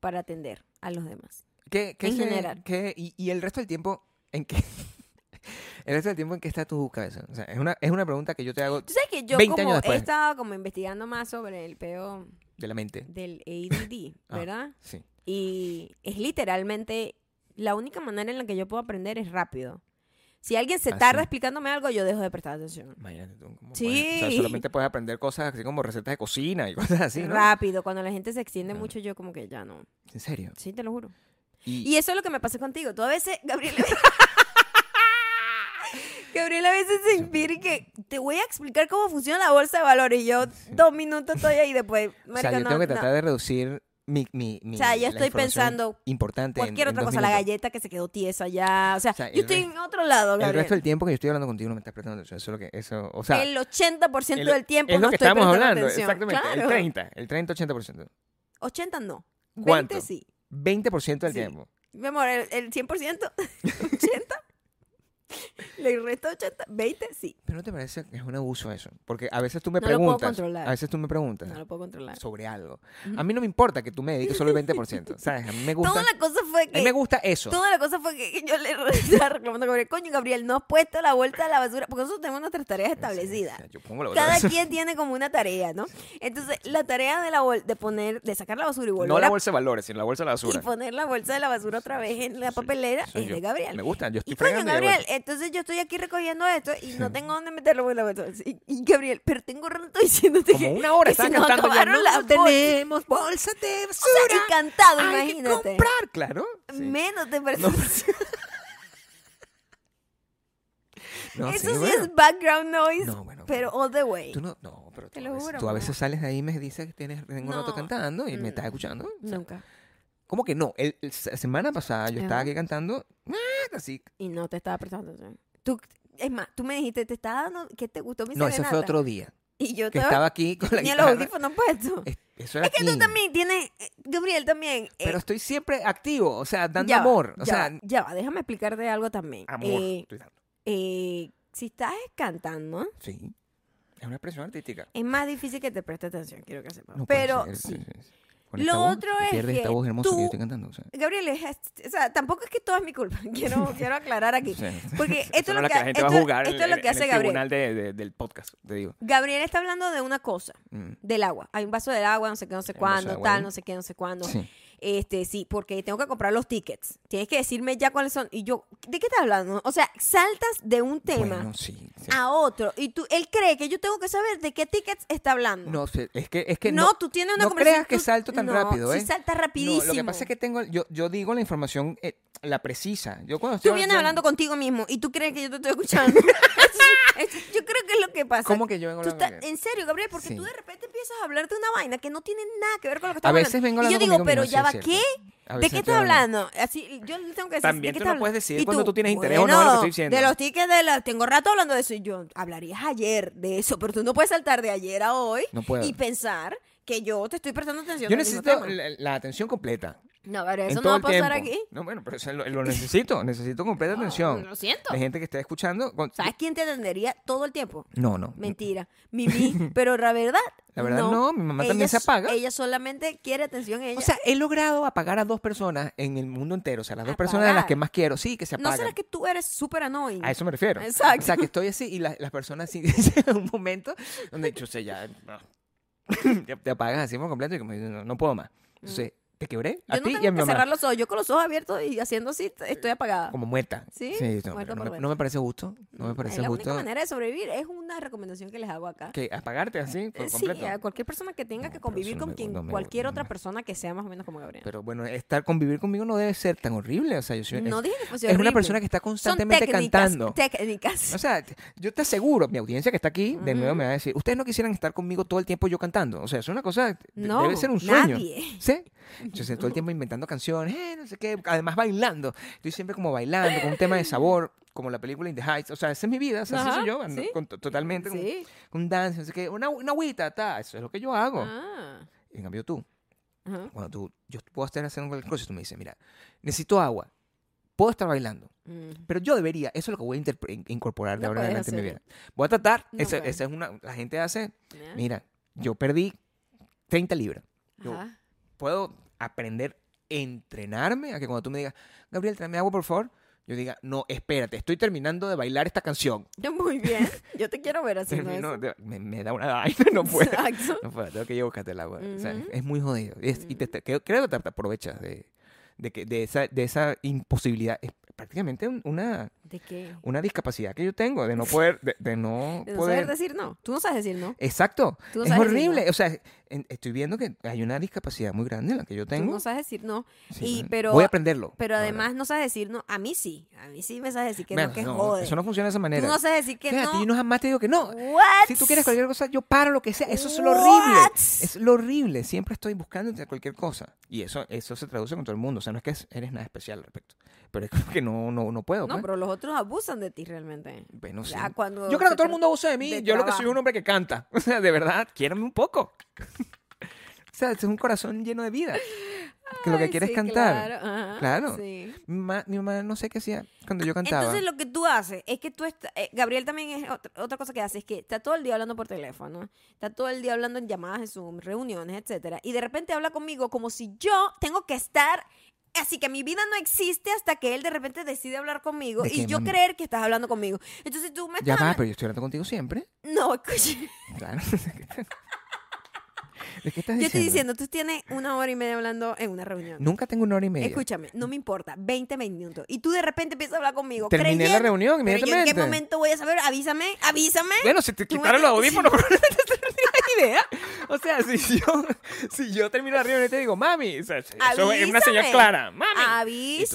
para atender a los demás. ¿Qué, qué En se- general. qué- y, y el resto del tiempo, ¿en qué? el resto del tiempo, ¿en qué está tu cabeza? O sea, es una, es una pregunta que yo te hago Tú sabes que yo 20 como años he después. estado como investigando más sobre el peo de la mente. del ADD, Ah. ¿verdad? Sí. Y es literalmente la única manera en la que yo puedo aprender es rápido. Si alguien se Ah, tarda sí. explicándome algo, yo dejo de prestar atención. Imagínate tú. cómo Sí. puedes- o sea, solamente puedes aprender cosas así como recetas de cocina y cosas así, ¿no? Rápido, cuando la gente se extiende Claro. mucho, yo como que ya no. En serio. Sí, te lo juro. Y, Y eso es lo que me pasa contigo. Tú a veces, Gabriela. Gabriela a veces se inspira y que te voy a explicar cómo funciona la bolsa de valores. Y yo dos minutos estoy ahí después. o sea, marica, yo no, tengo que no. tratar de reducir mi, mi, mi O sea, yo la estoy información pensando importante en- Cualquier en otra dos cosa, la minutos. galleta que se quedó tiesa ya. O sea, O sea, yo el estoy re- en otro lado, El Gabriel. resto del tiempo que yo estoy hablando contigo no me estás prestando atención. Eso es lo que, eso, o sea, el 80% el- del tiempo es lo no que estoy estábamos prestando hablando, atención. exactamente, Claro. el 30, el 30 80%. 80 no. 20 ¿Cuánto? sí. 20% del Sí. tiempo. Mi amor, el, el 100%, 80. Le resto 80, 20 sí. Pero no te parece que es un abuso eso, porque a veces tú me No lo puedo preguntas, controlar. a veces tú me preguntas No lo puedo controlar. sobre algo. Ujú. A mí no me importa que tú me dediques solo el 20%, ¿sabes? A mí me gusta Toda la cosa fue a mí me que. gusta eso. Toda la cosa fue que yo le estaba reclamando a Gabriel. Coño, Gabriel, no has puesto la vuelta a la basura. Porque nosotros tenemos nuestras tareas Sí, establecidas. o sea, yo pongo la Cada bolsa. quien tiene como una tarea, ¿no? Entonces, la tarea de la bol- de poner, de sacar la basura y volver no la a bolsa de valores, sino la bolsa de la y basura. poner la bolsa de la basura otra vez en la Soy- papelera soy es yo. de Gabriel. Me gusta, yo Y estoy coño, fregando y de Gabriel, vuelta. entonces yo estoy aquí recogiendo esto y no tengo dónde meterlo en la bolsa. Y, y Gabriel, pero tengo rato diciéndote Como que- una hora que están se nos cantando ya. acabaron las No tenemos bolsa de O sea, basura. y cantado, Hay que imagínate. comprar, claro. Sí. Menos te parece. No, pues. Eso No, sí, sí bueno. es background noise, No, bueno, pero all the way. Tú no, no, pero tú, Te a lo veces- juro, tú a amor. veces sales de ahí y me dices que tienes, tengo un rato No. cantando y Mm. me estás escuchando. O sea, Nunca. ¿Cómo que no? El, el- la semana pasada yo Es verdad. estaba aquí cantando, ah, así. Y no te estaba prestando atención. Tú, es más, tú me dijiste, te estaba dando, que te gustó mi No, serenata. eso fue otro día. Y yo Que estaba, estaba aquí con la tenía los guitarra. audífonos puestos. Es- Eso era Es que tú aquí. también tienes, eh, Gabriel también. eh, Pero estoy siempre activo, o sea, dando ya va, amor. ya o sea, va, ya va, déjame explicarte algo también. amor. Eh, estoy dando. eh, si estás cantando, Sí. Es una expresión artística. es más difícil que te preste atención, quiero que sepas. No puede Pero ser, sí. sí, sí. Con Lo esta voz, otro te es pierdes esta que voz hermosa que tú- yo estoy cantando. O sea, Gabriel, es, o sea, tampoco es que todo es mi culpa. Quiero, quiero aclarar aquí. Sí. Porque Eso esto es no lo que, la gente va esto- a jugar esto es lo que hace Gabriel. tribunal de- de- del podcast, te digo. Gabriel está hablando de una cosa, Mm. del agua. Hay un vaso del agua, no sé qué, no sé Hay un vaso de cuándo, agua tal, ahí. no sé qué, no sé cuándo. Sí. Este, sí, porque tengo que comprar los tickets. Tienes que decirme ya cuáles son. Y yo, ¿de qué estás hablando? O sea, saltas de un tema Ah, Bueno, sí. sí. a otro. Y tú, él cree que yo tengo que saber de qué tickets está hablando. No sé, es que, es que no, tú tienes una no conversación. creas que tú- salto tan no, rápido, ¿eh? Sí, salta No, rapidísimo. lo que pasa es que tengo, yo, yo digo la información, eh, la precisa. Yo cuando estoy Tú vienes hablando contigo mismo y tú crees que yo te estoy escuchando. Eso- eso- yo creo que es lo que pasa. ¿Cómo que yo vengo Tú hablando estás- conmigo? en serio, Gabriel, porque Sí. tú de repente empiezas a hablar de una vaina que no tiene nada que ver con lo que estamos veces hablando. vengo y yo hablando digo, conmigo pero mismo, ya sí, va, es cierto. ¿qué? A ¿De veces qué estoy estás hablando? Así, yo le tengo que decir. También ¿de qué estás tú no hablando? puedes decidir Y cuando tú tienes interés o no de lo que estoy diciendo. De los tickets, de la- tengo rato hablando de eso. Y yo, hablarías ayer de eso, pero tú no puedes saltar de ayer a hoy No puedo. y pensar que yo te estoy prestando atención. Yo al mismo necesito tema. la, la atención completa. No, pero en eso no todo va a el pasar tiempo. aquí. No, bueno, pero eso lo, lo necesito. necesito completa No, atención. lo siento. La gente que está escuchando. con- ¿Sabes quién te atendería todo el tiempo? No, no. Mentira. Mimi. Pero la verdad. La verdad no, mi mamá también se s- apaga. Ella solamente quiere atención. Ella. O sea, he logrado apagar a dos personas en el mundo entero. O sea, las dos personas a las Apagar. que más quiero. Sí, que se ¿No apagan. será que tú eres súper annoying? A eso me refiero. Exacto. O sea, que estoy así y la- las personas así en un momento donde yo sé ya. no. te, te apagas así por completo y como dices, no, no puedo más. Entonces, te quebré a Mm. Yo no ti tengo y a mi que mamá. cerrar los ojos. Yo con los ojos abiertos y haciendo así t- estoy apagada. Como muerta. Ah. Sí, no, muerta no por me, dentro. no me parece justo. No me parece es la única justo. manera de sobrevivir. Es una recomendación que les hago acá. Que apagarte así por Eh, Sí, completo. a cualquier persona que tenga No, que pero convivir eso no con me- quien, no me- cualquier no otra me- persona que sea más o menos como Gabriel. Pero bueno, estar convivir conmigo no debe ser tan horrible. O sea, yo soy, no es, dije que fuese es una horrible. persona que está Son constantemente técnicas, cantando. Técnicas. O sea, t- yo te aseguro, mi audiencia que está aquí, de nuevo Ujú. me va a decir, ustedes no quisieran estar conmigo todo el tiempo yo cantando. O sea, es una cosa, de- No, debe ser un sueño. nadie. ¿Sí? Entonces, todo el tiempo inventando canciones, eh, no sé qué, además bailando. Estoy siempre como bailando, con un tema de sabor, como la película In the Heights. O sea, esa es mi vida, o sea, Ajá, así soy yo, ando sí. con- to- totalmente con, Sí. con dance, no sé qué, una, una agüita, ta, eso es lo que yo hago. Ah. En cambio, tú, Ajá. cuando tú, yo puedo estar haciendo cualquier cosa y tú me dices, mira, necesito agua, puedo estar bailando, Mm. pero yo debería, eso es lo que voy a interpre- in- incorporar de No ahora en puedes adelante en mi vida. hacerlo. Voy a tratar, No Ah. esa, puedes. esa es una, la gente hace, Ya. mira, yo perdí 30 libras, yo Ajá. puedo aprender, entrenarme a que cuando tú me digas, Gabriel, tráeme agua, por favor, yo diga, no, espérate, estoy terminando de bailar esta canción. Ya, Muy bien. Yo te quiero ver haciendo Termino eso. de- me, me da una vaina, no puedo. Exacto. No puedo, tengo que ir a buscarte el agua. O sea, Ujú. Mm. es muy jodido. Es- Y te- te- creo, creo que te te aprovechas de, de que, de, esa, de esa imposibilidad. Es prácticamente un- una, ¿De qué? una discapacidad que yo tengo de no poder. De, de no De no saber poder. decir no. Tú no sabes decir no. Exacto. Tú no es sabes decir horrible. O sea, en- estoy viendo que hay una discapacidad muy grande en la que yo Tú tengo. no sabes decir no. Sí, y- bueno, pero- voy a aprenderlo. Pero ahora. además no sabes decir no. A mí sí. A mí sí me sabes decir que Mira, no, que no, jode. Eso no funciona de esa Tú manera. no sabes decir que Fíjate, no. yo jamás te digo que no. What? Si tú quieres cualquier cosa, yo paro lo que sea. Eso es lo What? horrible. Es lo horrible. Siempre estoy buscando entre cualquier cosa. Y eso, eso se traduce con todo el mundo. O sea, no es que es- eres nada especial al respecto. Pero es como que no, no, no puedo. No, pues. pero los otros abusan de ti realmente. Bueno, sí. Ya cuando Yo creo se que todo el tra- mundo abusa de mí. de Yo lo que soy es un trabajo. hombre que canta. O sea, de verdad, quiérame un poco. o sea, es un corazón lleno de vida. Que lo que Ay, quiere sí, es cantar. Claro. ajá, Claro. sí. Mi, mamá, mi mamá no sé qué hacía cuando yo cantaba. Entonces lo que tú haces es que tú estás, Gabriel también es otra, otra cosa que hace, es que está todo el día hablando por teléfono, está todo el día hablando en llamadas de Zoom, reuniones, etcétera, y de repente habla conmigo como si yo tengo que estar, así que mi vida no existe hasta que él de repente decide hablar conmigo ¿De y qué yo manera? creer que estás hablando conmigo. Entonces tú me ya estás va, habla- pero yo estoy hablando contigo siempre. No, escucha, Claro. ¿De qué estás yo estoy diciendo, tú tienes una hora y media hablando en una reunión. Nunca tengo una hora y media. Escúchame, no me importa, 20 minutos. Y tú de repente empiezas a hablar conmigo. Terminé la creyendo- reunión pero yo ¿En inmediatamente. qué momento voy a saber? Avísame, avísame. Bueno, si te Tú me quitaron los estás audífonos, probablemente no tenías idea. O sea, si yo, si yo termino la reunión y te digo, mami, o sea, eso es una señal Avísame. clara, mami. Y tú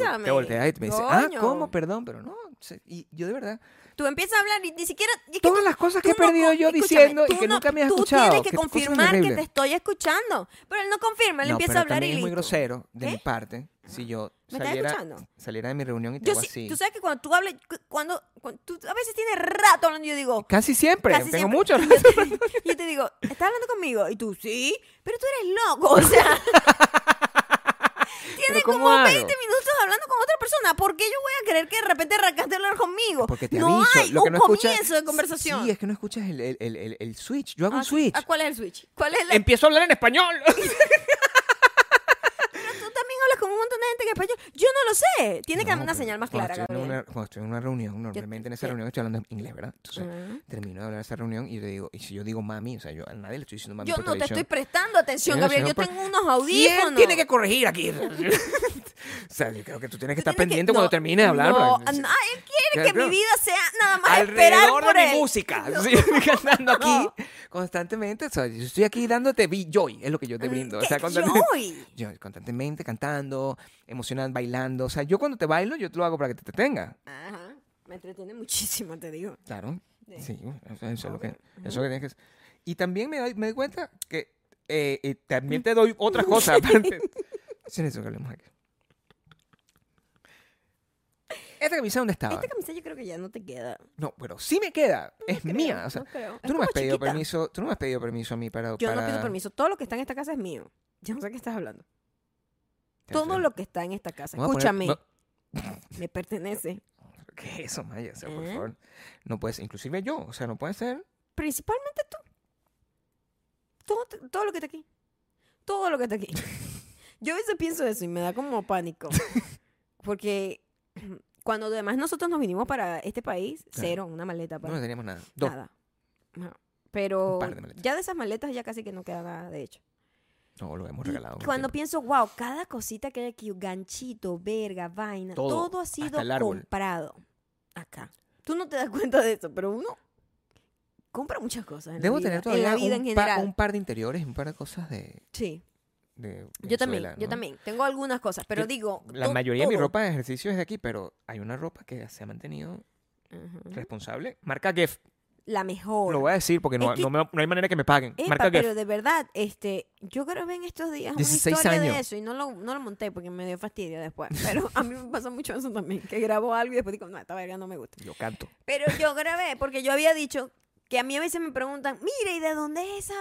Avísame. te volteas y me dices, ah, Coño. ¿cómo? Perdón, pero no. o sea, Y yo de verdad, Tú empiezas a hablar y ni siquiera. y es que todas tú- las cosas tú que he no perdido co- yo escúchame, diciendo y tú que no- nunca me has tú escuchado. tienes que qué cosa tan confirmar que horrible. te estoy escuchando. Pero él no confirma, él No, empieza pero a hablar y. también es muy listo. grosero de mi ¿Qué? parte si yo ¿Me estás saliera, escuchando? saliera de mi reunión y te Yo digo sí- así. Tú sabes que cuando tú hablas, cu- cuando, cuando tú a veces tienes rato hablando, yo digo. Casi siempre, casi tengo siempre- mucho. y Yo te, yo te digo, ¿estás hablando conmigo? Y tú, sí, pero tú eres loco, o sea. Tienes ¿cómo como hago? 20 minutos hablando con otra persona. ¿Por qué yo voy a querer que de repente arrancaste a hablar conmigo? Porque te no aviso. hay lo un que no comienzo escuchas, de conversación. Sí, es que no escuchas el, el- el- el- el switch. Yo hago Ah, un sí. switch. Em- Ah, ¿Cuál es el switch? ¿Cuál es la... Empiezo a hablar en español. Tú también hablas con un montón de gente que español. Yo no lo sé. Tiene que No, haber una pero señal más cuando clara, estoy en Gabriel. una- cuando estoy en una reunión, normalmente en esa ¿qué? reunión estoy hablando inglés, ¿verdad? Entonces, Ajá. termino de hablar de esa reunión y yo digo, y si yo digo mami, o sea, yo a nadie le estoy diciendo mami Yo por no te televisión. estoy prestando atención, Tienes Gabriel. Yo razón, por- tengo unos ¿Quién audífonos. tiene que corregir aquí? o sea, yo creo que tú tienes que Tú tienes que- estar pendiente cuando no, termine de hablar. No, porque- no, él quiere que Claro. mi vida sea nada más esperar Alrededor por de él. mi música. No. sí, cantando aquí constantemente. O sea, yo estoy aquí dándote be joy, es lo que yo te brindo. O sea, ¿Qué constantemente- Mm, joy? yo constantemente cantando, emocionando, bailando. O sea, yo cuando te bailo, yo te lo hago para que te detenga. Ajá. Me entretiene muchísimo, te digo. Claro. Sí. Sí, bueno, eso, eso es lo que, eso es lo que tienes que hacer. Y también me doy, me doy cuenta que eh, eh, Mm. también te doy otras cosas aparte. Sin eso que hablemos aquí. Esta camisa, ¿dónde estaba? Esta camisa yo creo que ya no te queda. No, pero sí me queda. es creo, mía. O sea, no creo. Es tú no me como has pedido chiquita. permiso. Tú no me has pedido permiso a mí para. Yo no para- pido permiso. Todo lo que está en esta casa es mío. Yo no sé qué estás hablando. Ya Todo sé. lo que está en esta casa. Vamos a poner- Escúchame. va- Me pertenece. ¿Qué es eso, Maya? O sea, por ¿Eh? favor. No puedes, inclusive yo, o sea, no puede ser. Principalmente tú. Todo, te- todo lo que está aquí. Todo lo que está aquí. Yo a veces pienso eso y me da como pánico. Porque cuando además nosotros nos vinimos para este país, Claro. cero, una maleta No para nos teníamos nada. Dos. nada. Ajá. Pero Un par de maletas. ya de esas maletas ya casi que no queda nada, de hecho. No, lo hemos Y regalado. con Cuando tiempo. pienso, wow, cada cosita que hay aquí, ganchito, verga, vaina, Todo, todo, ha hasta sido el árbol. comprado acá. Tú no te das cuenta de eso, pero uno compra muchas cosas. En Debo la vida, tener en todavía la vida un, en pa- general. un par de interiores, un par de cosas de. Sí, de yo también, Venezuela, yo ¿no? también. Tengo algunas cosas, pero Yo- digo. La to- mayoría de mi todo. ropa de ejercicio es de aquí, pero hay una ropa que se ha mantenido Ajá. responsable. Marca Geff. la mejor. Lo voy a decir porque no, Es que- no me- no hay manera que me paguen. Epa, Marca pero Jeff. de verdad, este, yo grabé en estos días una 16 historia de años. eso y no lo, no lo monté porque me dio fastidio después. Pero a mí me pasa mucho eso también, que grabo algo y después digo, no, esta verga no me gusta. Yo canto. Pero yo grabé porque yo había dicho que a mí a veces me preguntan, mira, ¿y de dónde es esa,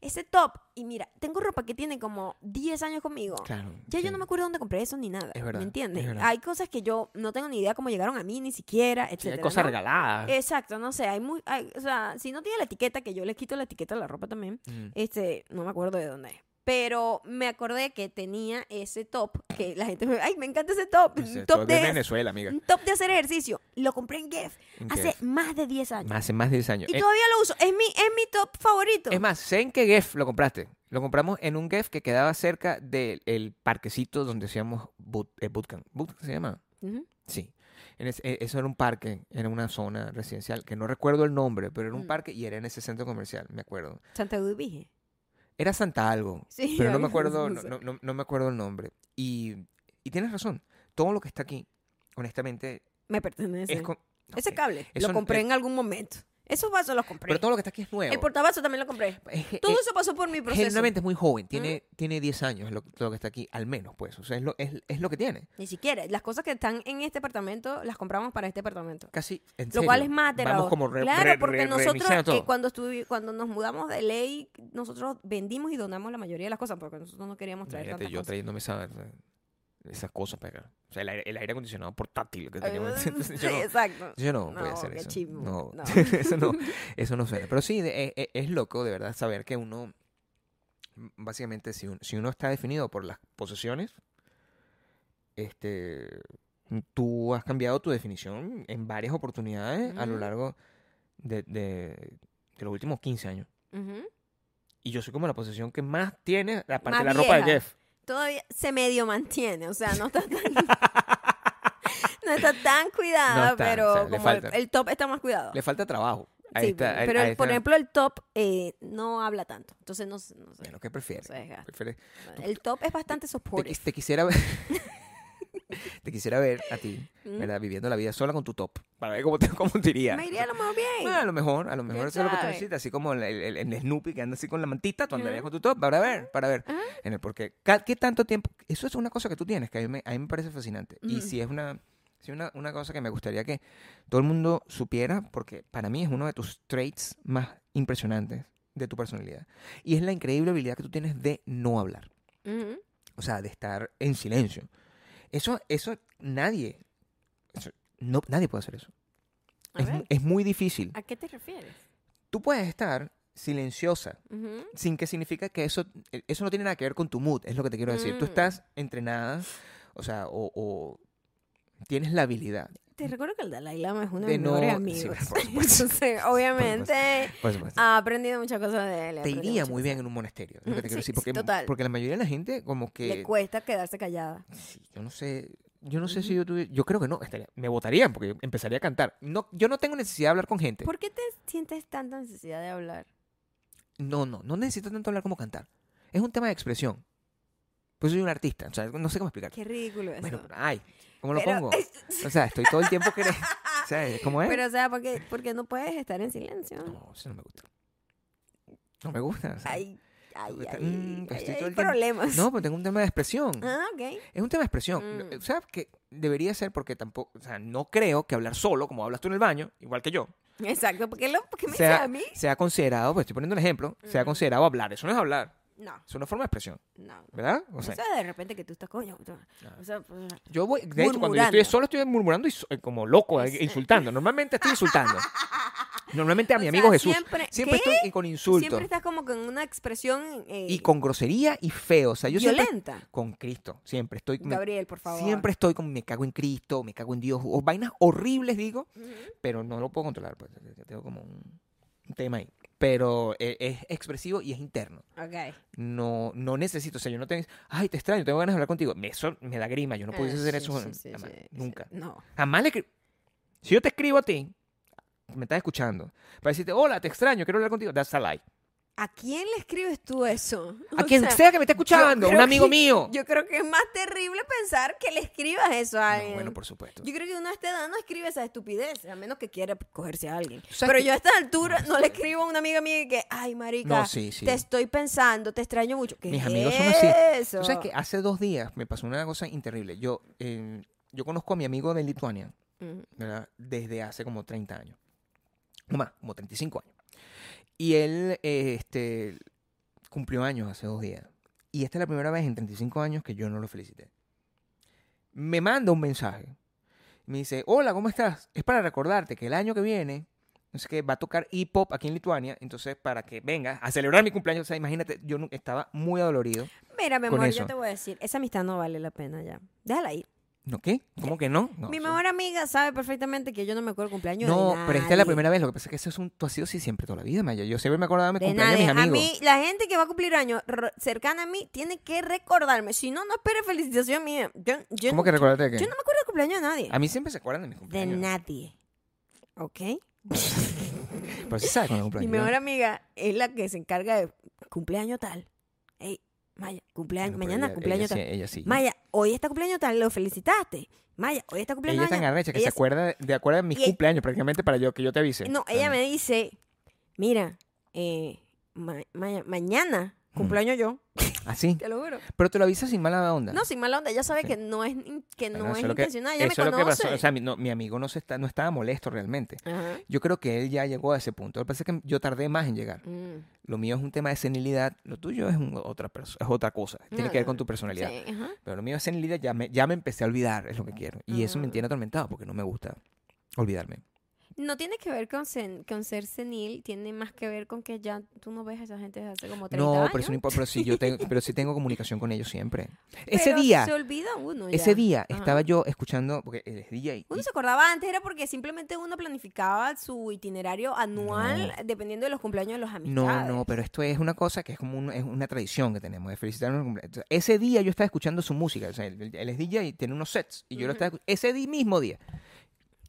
ese top? Y mira, tengo ropa que tiene como 10 años conmigo. Claro. Ya sí. yo no me acuerdo dónde compré eso ni nada. Es verdad, ¿Me entiendes? es verdad. Hay cosas que yo no tengo ni idea cómo llegaron a mí, ni siquiera, etc. Sí, hay cosas Eh, regaladas. Exacto, no sé, hay muy, hay- o sea, si no tiene la etiqueta, que yo le quito la etiqueta a la ropa también, Mm. este, no me acuerdo de dónde es. Pero me acordé que tenía ese top, que la gente me, ay, me encanta ese top, Pues, un eh, top todo es de de, Venezuela, amiga. un top de hacer ejercicio. Lo compré en Geff En hace Jeff. más de 10 años. Hace más de 10 años. Y Eh, todavía lo uso, es mi, es mi top favorito. Es más, sé en qué GEF lo compraste. Lo compramos en un GEF que quedaba cerca del el parquecito donde hacíamos boot- eh, bootcamp. ¿Bootcamp se llama? Ujú. Sí. En es- eh, eso era un parque, era una zona residencial, que no recuerdo el nombre, pero era un Mm. parque y era en ese centro comercial, me acuerdo. Santiago de Vige. Era Santa algo, Sí, pero no me ahorita acuerdo, no no, sé. no- no- no me acuerdo el nombre. Y, y tienes razón, todo lo que está aquí, honestamente, Me pertenece. es... con- no, Ese eh, cable eso lo no- compré eh, en algún momento. Esos vasos los compré. pero todo lo que está aquí es nuevo. El portavasos también lo compré. Es- es- Todo eso pasó por mi proceso. Generalmente es muy joven, Mm. tiene, tiene 10 años lo, lo que está aquí, al menos, pues. O sea, es lo, es, es lo que tiene. Ni siquiera. Las cosas que están en este apartamento las compramos para este apartamento. Casi, en Lo cual serio, es más aterrador. Vamos como re- claro, re- porque re- nosotros reiniciando eh, todo. cuando estuvi- cuando nos mudamos de ley, nosotros vendimos y donamos la mayoría de las cosas porque nosotros no queríamos traer Imagínate tantas yo cosas. trayéndome esa- esas cosas para acá. O sea, el aire, el aire acondicionado portátil que Eh, teníamos. sí, yo, no, exacto. yo no voy a No, hacer qué eso. chismo. No, No. eso no, eso no suena. Pero sí, de- eh, eh, es, loco de verdad saber que uno, básicamente, si, un- si uno está definido por las posesiones, este, tú has cambiado tu definición en varias oportunidades a lo Ujú. largo de, de- de los últimos 15 años. Ujú. Y yo soy como la posesión que más tiene, aparte de la Más ropa de vieja. Jeff. Todavía se medio mantiene, o sea, no está tan, no está tan cuidada, No está, pero o sea, le como el, falta. el top está más cuidado. Le falta trabajo. a Sí, esta- a- pero a el- esta- por ejemplo el top eh, no habla tanto, entonces no, s- no sé. Bueno, ¿qué prefieres? se desgasta. Prefieres- El top es bastante Te, qui- supportive. te quisiera ver... te quisiera ver a ti, Mm. ¿verdad? Viviendo la vida sola con tu top. Para ver cómo te, cómo te iría. Me iría a lo más Bueno, a bien. lo mejor, a lo mejor eso es lo que tú sabe? necesitas. Así como el, el- el- el Snoopy que anda así con la mantita, tú andarías Ajá. Ah. con tu top. Para ver, para ver. Ajá. En el porque, ca- ¿qué tanto tiempo? Eso es una cosa que tú tienes que a mí me, a mí me parece fascinante. Y Ujú. si es una... si una, una cosa que me gustaría que todo el mundo supiera, porque para mí es uno de tus traits más impresionantes de tu personalidad. Y es la increíble habilidad que tú tienes de no hablar. Ujú. O sea, de estar en silencio. Eso, eso, nadie. eso- no, nadie puede hacer eso. A Es, ver, mu- es muy difícil. ¿a qué te refieres? Tú puedes estar silenciosa, Ujú. sin que significa que eso, eh, eso no tiene nada que ver con tu mood, es lo que te quiero decir. Tú Mm. estás entrenada, o sea, o, o tienes la habilidad. Te recuerdo que el Dalai Lama es uno de, De mis no- mejores sí, amigos. por supuesto. Entonces, obviamente, Por supuesto. ha aprendido muchas cosas de él. he te aprendido iría muchas muy bien en un monasterio, es lo que Mm, te quiero sí, decir. sí, Porque, total. porque la mayoría de la gente, como cosas. Le que. cuesta quedarse callada. Sí, yo no sé. Yo no sé si yo tuve. Yo creo que no. estaría- me votarían porque yo empezaría a cantar. No, yo no tengo necesidad de hablar con gente. ¿Por qué te sientes tanta necesidad de hablar? No, no. No necesito tanto hablar como cantar. Es un tema de expresión. Pues soy un artista. O sea, no sé cómo explicar. Qué ridículo eso. Bueno, ay, ¿cómo lo Pero- pongo? O sea, estoy todo el tiempo que. O sea, ¿cómo es? Pero, o sea, porque, porque no puedes estar en silencio. No, eso no me gusta. No me gusta. o sea. Ay, ay, Porque está- ay, mm, ay, estoy todo hay el tiempo- problemas. No, pero tengo un tema de expresión. Ah, ok. Es un tema de expresión. Mm. O sea, que debería ser porque tampoco. O sea, no creo que hablar solo, como hablas tú en el baño, igual que yo. Exacto, porque lo que me sea- dices a mí. Mm. se ha considerado, pues estoy poniendo un ejemplo, se ha considerado hablar. Eso no es hablar, No, es una forma de expresión, no. no. ¿verdad? O sea, Ah. Eso de repente que tú estás coño. tú- O sea, pues, yo voy, de hecho, cuando yo estoy murmurando. solo estoy murmurando y so- como loco, eh, insultando. Normalmente estoy insultando. Normalmente a mi O amigo sea, Jesús. Siempre, siempre- ¿qué? estoy y con insultos siempre estás como con una expresión eh, y con grosería y feo. O sea, yo siempre violenta. con Cristo, siempre estoy me- Gabriel, por favor. Siempre estoy con me cago en Cristo, me cago en Dios, o vainas horribles digo, Ujú. pero no lo puedo controlar, pues tengo como un, un tema ahí. Pero eh, es expresivo y es interno. Ok. no, no necesito, o sea, yo no tengo, ay, te extraño, tengo ganas de hablar contigo. Me- Eso me da grima, yo no pudiese Ah, hacer sí, eso sí, con- sí, jamás, sí, sí. nunca. No. Jamás le escri- Si yo te escribo a ti, me estás escuchando, para decirte, hola, te extraño, quiero hablar contigo, that's a lie. ¿A quién le escribes tú eso? A O quien sea, sea, que me esté yo escuchando, un creo amigo que- mío. Yo creo que es más terrible pensar que le escribas eso a No, alguien. bueno, por supuesto. Yo creo que uno a esta edad no escribe esa estupidez, a menos que quiera cogerse a alguien. sabes Pero que- yo a esta altura no le escribo a una amiga mía que, ay, marica, No, sí, sí. te estoy pensando, te extraño mucho. ¿Qué Mis es amigos son así. Eso? Tú sabes que hace dos días me pasó una cosa terrible. Yo, eh, yo conozco a mi amigo de Lituania, Mm. ¿verdad? Desde hace como 30 años. No más, como 35 años. Y él eh, este, cumplió años hace dos días. Y esta es la primera vez en 35 años que yo no lo felicité. Me manda un mensaje. Me dice, hola, ¿cómo estás? Es para recordarte que el año que viene, no sé qué, va a tocar hip hop aquí en Lituania. Entonces, para que vengas a celebrar mi cumpleaños. O sea, imagínate, yo nu- estaba muy adolorido. Mira, mi con amor, eso. yo te voy a decir, esa amistad no vale la pena ya. Déjala ir. ¿No qué? ¿Cómo que no? No, Mi eso- mejor amiga sabe perfectamente que yo no me acuerdo el cumpleaños de No, nadie. pero esta es la primera vez. Lo que pasa es que eso es un, tú has sido así siempre toda la vida, Maya. Yo siempre me acordaba de mi De cumpleaños de nadie. A mis amigos. mí, la gente que va a cumplir años r- cercana a mí tiene que recordarme. Si no, no espere felicitación mía. Yo, yo, ¿Cómo que recordarte de qué? yo no me acuerdo del cumpleaños de nadie. A mí siempre se acuerdan de mis De cumpleaños. nadie. ¿Ok? Pero sí sabes cuando Mi cumpleaños. mejor amiga es la que se encarga de cumpleaños tal. Ey, Maya, cumpleaños. Bueno, pero mañana, ella- cumpleaños ella tal. sí, ella sí. Maya, hoy está cumpleaños tal, lo felicitaste. Maya, hoy está Ella cumpleaños es tan años. arrecha que Ella se sí- acuerda de, de acuerda de mis Y- e cumpleaños prácticamente para yo que yo te avise. Ah, No, ella me dice, mira, eh, ma- Maya, mañana cumpleaños yo. Así. Te lo juro. ¿Ah, Pero te lo avisa sin mala onda. No, sin mala onda, ella sabe Sí. que no es, que Bueno, no eso es lo que- intencional, ella me eso es lo que pasó. conoce. O sea, mi, no, mi amigo no, se está, no estaba molesto realmente. Ajá. Yo creo que él ya llegó a ese punto. Lo que pasa es que yo tardé más en llegar. Mm, Lo mío es un tema de senilidad. Lo tuyo es, un- otra, perso- es otra cosa. Tiene No, que ver no, con tu personalidad. sí, ajá. Pero lo mío es senilidad. Ya me, ya me empecé a olvidar, es lo que quiero. Y eso me Ah. tiene atormentado porque no me gusta olvidarme. No tiene que ver con, sen- con ser senil, tiene más que ver con que ya tú no ves a esa gente desde hace como 30 No, años. pero eso no importa. Pero sí, yo tengo, pero sí tengo comunicación con ellos siempre. ese Pero día, Se olvida uno. ese ya. día Ajá. estaba yo escuchando, porque él es DJ. y- Uno se acordaba antes, era porque simplemente uno planificaba su itinerario anual dependiendo de los cumpleaños de los no, amistades. no, pero esto es una cosa que es como un- es una tradición que tenemos de felicitarnos. en el cumpleaños. Entonces, ese día yo estaba escuchando su música. O sea, él, él es DJ y tiene unos sets. Y yo Ujú. lo estaba escu- Ese di- mismo día.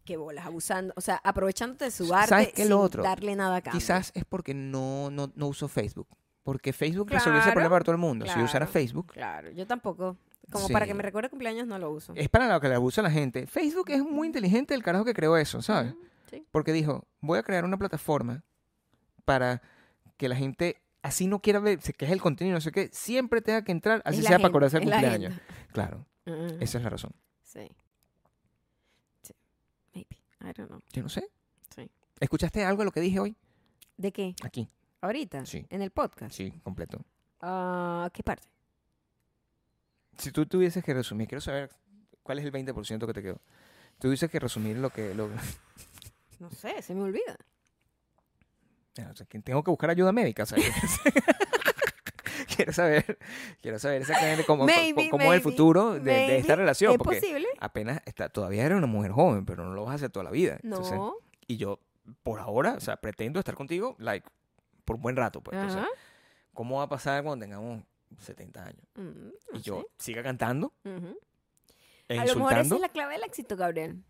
Que bolas, abusando, o sea, aprovechándote de su ¿Sabes arte qué es sin lo otro? darle nada a cambio. Quizás es porque no, no, no uso Facebook. Porque Facebook resolvió ese Claro, problema para todo el mundo. Si yo usara claro. Facebook, Claro, yo tampoco. Como para que Sí. me recuerde cumpleaños no lo uso. es para lo que le abusa a la gente. Facebook es muy inteligente el carajo que creó eso, ¿sabes? Ujú, sí. Porque dijo, voy a crear una plataforma para que la gente, así no quiera ver, que es el contenido, no sé qué, siempre tenga que entrar, así Es la sea agenda, para acordarse el es la cumpleaños. agenda. Claro, Ujú, esa es la razón. Mm, Sí. Sí. Maybe. I don't know. Yo no sé. Sí. ¿Escuchaste algo de lo que dije hoy? ¿De qué? Aquí. ¿Ahorita? Sí. ¿En el podcast? Sí, completo. Ah, ¿Qué parte? Si tú tuvieses que resumir, quiero saber cuál es el 20% que te quedó. Tú dices que resumir lo que... Lo, No sé, se me olvida. O sea, que tengo que buscar ayuda médica, ¿sabes? quiero saber, quiero saber exactamente cómo, Maybe, cómo- cómo es el maybe, futuro de, de esta maybe. relación, ¿Es porque posible? apenas está, todavía era una mujer joven, pero no lo vas a hacer toda la vida. No. Entonces, y yo, por ahora, o sea, pretendo estar contigo, like, por un buen rato, pues. Entonces, Ajá. ¿cómo va a pasar cuando tengamos 70 años? Mm, Y no yo sé. siga cantando Ujú. e A lo mejor esa insultando. es la clave del éxito, Gabriel.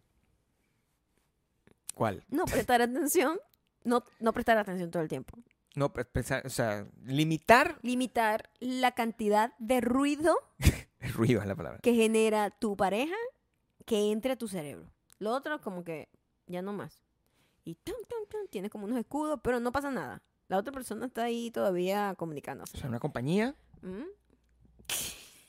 ¿Cuál? No prestar atención. No, no prestar atención todo el tiempo. No, pe- pensar, o sea, limitar Limitar la cantidad de ruido el ruido es la palabra. que genera tu pareja que entre a tu cerebro. Lo otro como que ya no más. Y tan, tan, tan, tienes como unos escudos, pero no pasa nada. La otra persona está ahí todavía O comunicándose. sea, una compañía ¿Mm?